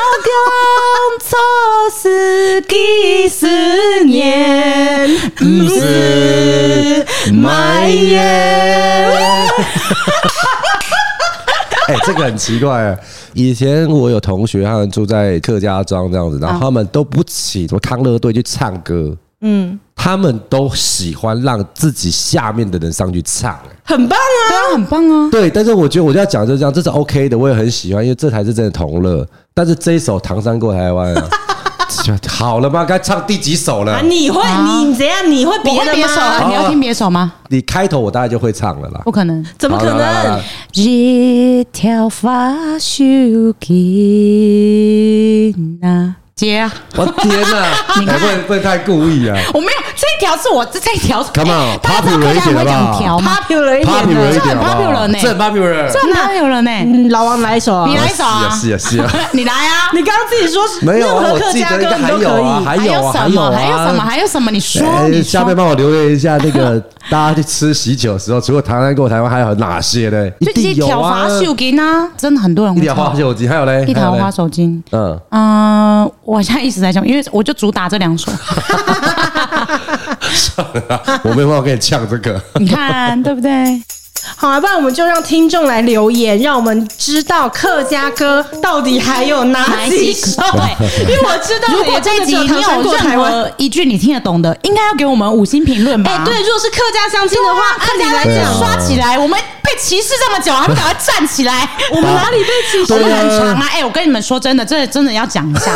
[SPEAKER 2] 错是几十年，嗯
[SPEAKER 1] 不是埋怨。
[SPEAKER 2] 啊
[SPEAKER 1] 哎、这个很奇怪。以前我有同学，他们住在客家庄这样子，然后他们都不请什么康乐队去唱歌，嗯，他们都喜欢让自己下面的人上去唱、哎
[SPEAKER 3] 很棒啊！
[SPEAKER 2] 对啊，很棒啊！
[SPEAKER 1] 对，但是我觉得我就要讲就是这样，这是 OK 的，我也很喜欢，因为这才是真的同乐。但是这一首《唐山过台湾》啊， 好了吗？该唱第几首了
[SPEAKER 3] 啊，？ 你会
[SPEAKER 2] 啊
[SPEAKER 3] 你怎样？你会
[SPEAKER 2] 我
[SPEAKER 3] 别
[SPEAKER 2] 会
[SPEAKER 3] 的
[SPEAKER 2] 别首
[SPEAKER 3] 吗？
[SPEAKER 2] 啊，你要听别首吗？
[SPEAKER 1] 你开头我大概就会唱了啦。
[SPEAKER 2] 不可能。
[SPEAKER 3] 怎么可
[SPEAKER 1] 好来来来
[SPEAKER 3] 能
[SPEAKER 1] 来？
[SPEAKER 2] 一条发须巾啊，接啊！
[SPEAKER 1] 我天哪、哎不能不能太故意啊！
[SPEAKER 2] 我没有这一条是我这这一条是
[SPEAKER 1] Come on，
[SPEAKER 2] 大家知道
[SPEAKER 1] popular
[SPEAKER 2] 客家人
[SPEAKER 1] 一点
[SPEAKER 2] 会
[SPEAKER 1] 好不
[SPEAKER 2] 讲
[SPEAKER 1] 好
[SPEAKER 2] 条吗？
[SPEAKER 3] popular 一点
[SPEAKER 1] popular 一
[SPEAKER 3] 的，
[SPEAKER 1] 点好不
[SPEAKER 2] popular
[SPEAKER 1] 好？
[SPEAKER 2] 呢
[SPEAKER 1] 这很 popular，
[SPEAKER 2] 这哪有人呢？
[SPEAKER 3] 嗯老王来一首啊！
[SPEAKER 2] 你来一首
[SPEAKER 1] 是啊
[SPEAKER 2] 啊！
[SPEAKER 1] 是啊是 啊，
[SPEAKER 2] 你来啊！
[SPEAKER 3] 你刚刚自己说
[SPEAKER 1] 没有
[SPEAKER 3] 任
[SPEAKER 1] 啊，
[SPEAKER 3] 何
[SPEAKER 1] 我
[SPEAKER 3] 客
[SPEAKER 1] 记
[SPEAKER 3] 家
[SPEAKER 1] 得
[SPEAKER 3] 歌
[SPEAKER 1] 应该
[SPEAKER 3] 你
[SPEAKER 1] 还
[SPEAKER 3] 都
[SPEAKER 1] 有
[SPEAKER 3] 可
[SPEAKER 1] 啊，
[SPEAKER 3] 以。
[SPEAKER 1] 还有啊，
[SPEAKER 2] 什么？
[SPEAKER 1] 啊，
[SPEAKER 2] 还有什么？还有什么？你说，
[SPEAKER 1] 哎，
[SPEAKER 2] 你
[SPEAKER 1] 下面
[SPEAKER 2] 说。
[SPEAKER 1] 帮我留言一下，那个 大家去吃喜酒的时候，除了唐山过台湾，还有哪些呢？一
[SPEAKER 2] 就一
[SPEAKER 1] 定有
[SPEAKER 2] 条
[SPEAKER 1] 啊
[SPEAKER 2] 花，手巾啊，真的很多人
[SPEAKER 1] 一
[SPEAKER 2] 会
[SPEAKER 1] 条花
[SPEAKER 2] 唱。
[SPEAKER 1] 袖巾，还有嘞，
[SPEAKER 2] 一条
[SPEAKER 1] 还有嘞
[SPEAKER 2] 花，手巾。
[SPEAKER 1] 嗯，
[SPEAKER 2] 嗯，我现在一直在讲，因为我就主打 这两首，
[SPEAKER 1] 我没办法跟你呛这个。
[SPEAKER 2] 你看对不对？
[SPEAKER 3] 好啊，不然我们就让听众来留言，让我们知道客家歌到底还有哪几首。因为我知道
[SPEAKER 2] 哎
[SPEAKER 3] 的，
[SPEAKER 2] 如果这一集你有任何一句你听得懂的，应该要给我们五星评论吧？
[SPEAKER 3] 哎，对，如果是客家相亲的话，按理来
[SPEAKER 1] 对啊
[SPEAKER 3] 讲，
[SPEAKER 2] 刷起来！我们被歧视这么久，还不赶快站起来？我
[SPEAKER 3] 我们哪里被歧视
[SPEAKER 2] 我
[SPEAKER 1] 对啊
[SPEAKER 2] 们很长啊！哎、我跟你们说真的，这真的要讲一下，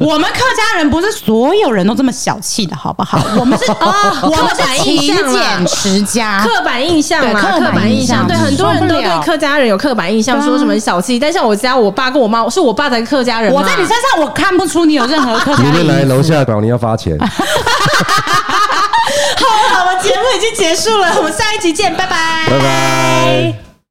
[SPEAKER 2] 我们客家人不是所有人都这么小气的，好不好？我们是，我们是勤俭持家。
[SPEAKER 3] 刻板印象嘛，
[SPEAKER 2] 啊对刻板
[SPEAKER 3] 印
[SPEAKER 2] 印象
[SPEAKER 3] 对很多人都
[SPEAKER 2] 受不了
[SPEAKER 3] 对客家人有刻板印象，
[SPEAKER 2] 对啊
[SPEAKER 3] 说什么小气。但像我家我爸跟我妈，是我爸才客家人嘛。
[SPEAKER 2] 我在你身上，我看不出你有任何客家
[SPEAKER 1] 你们来
[SPEAKER 2] 人。
[SPEAKER 1] 楼下找你要发钱，
[SPEAKER 3] 好了，我们节目已经结束了，我们下一集见，拜拜，
[SPEAKER 1] 拜拜。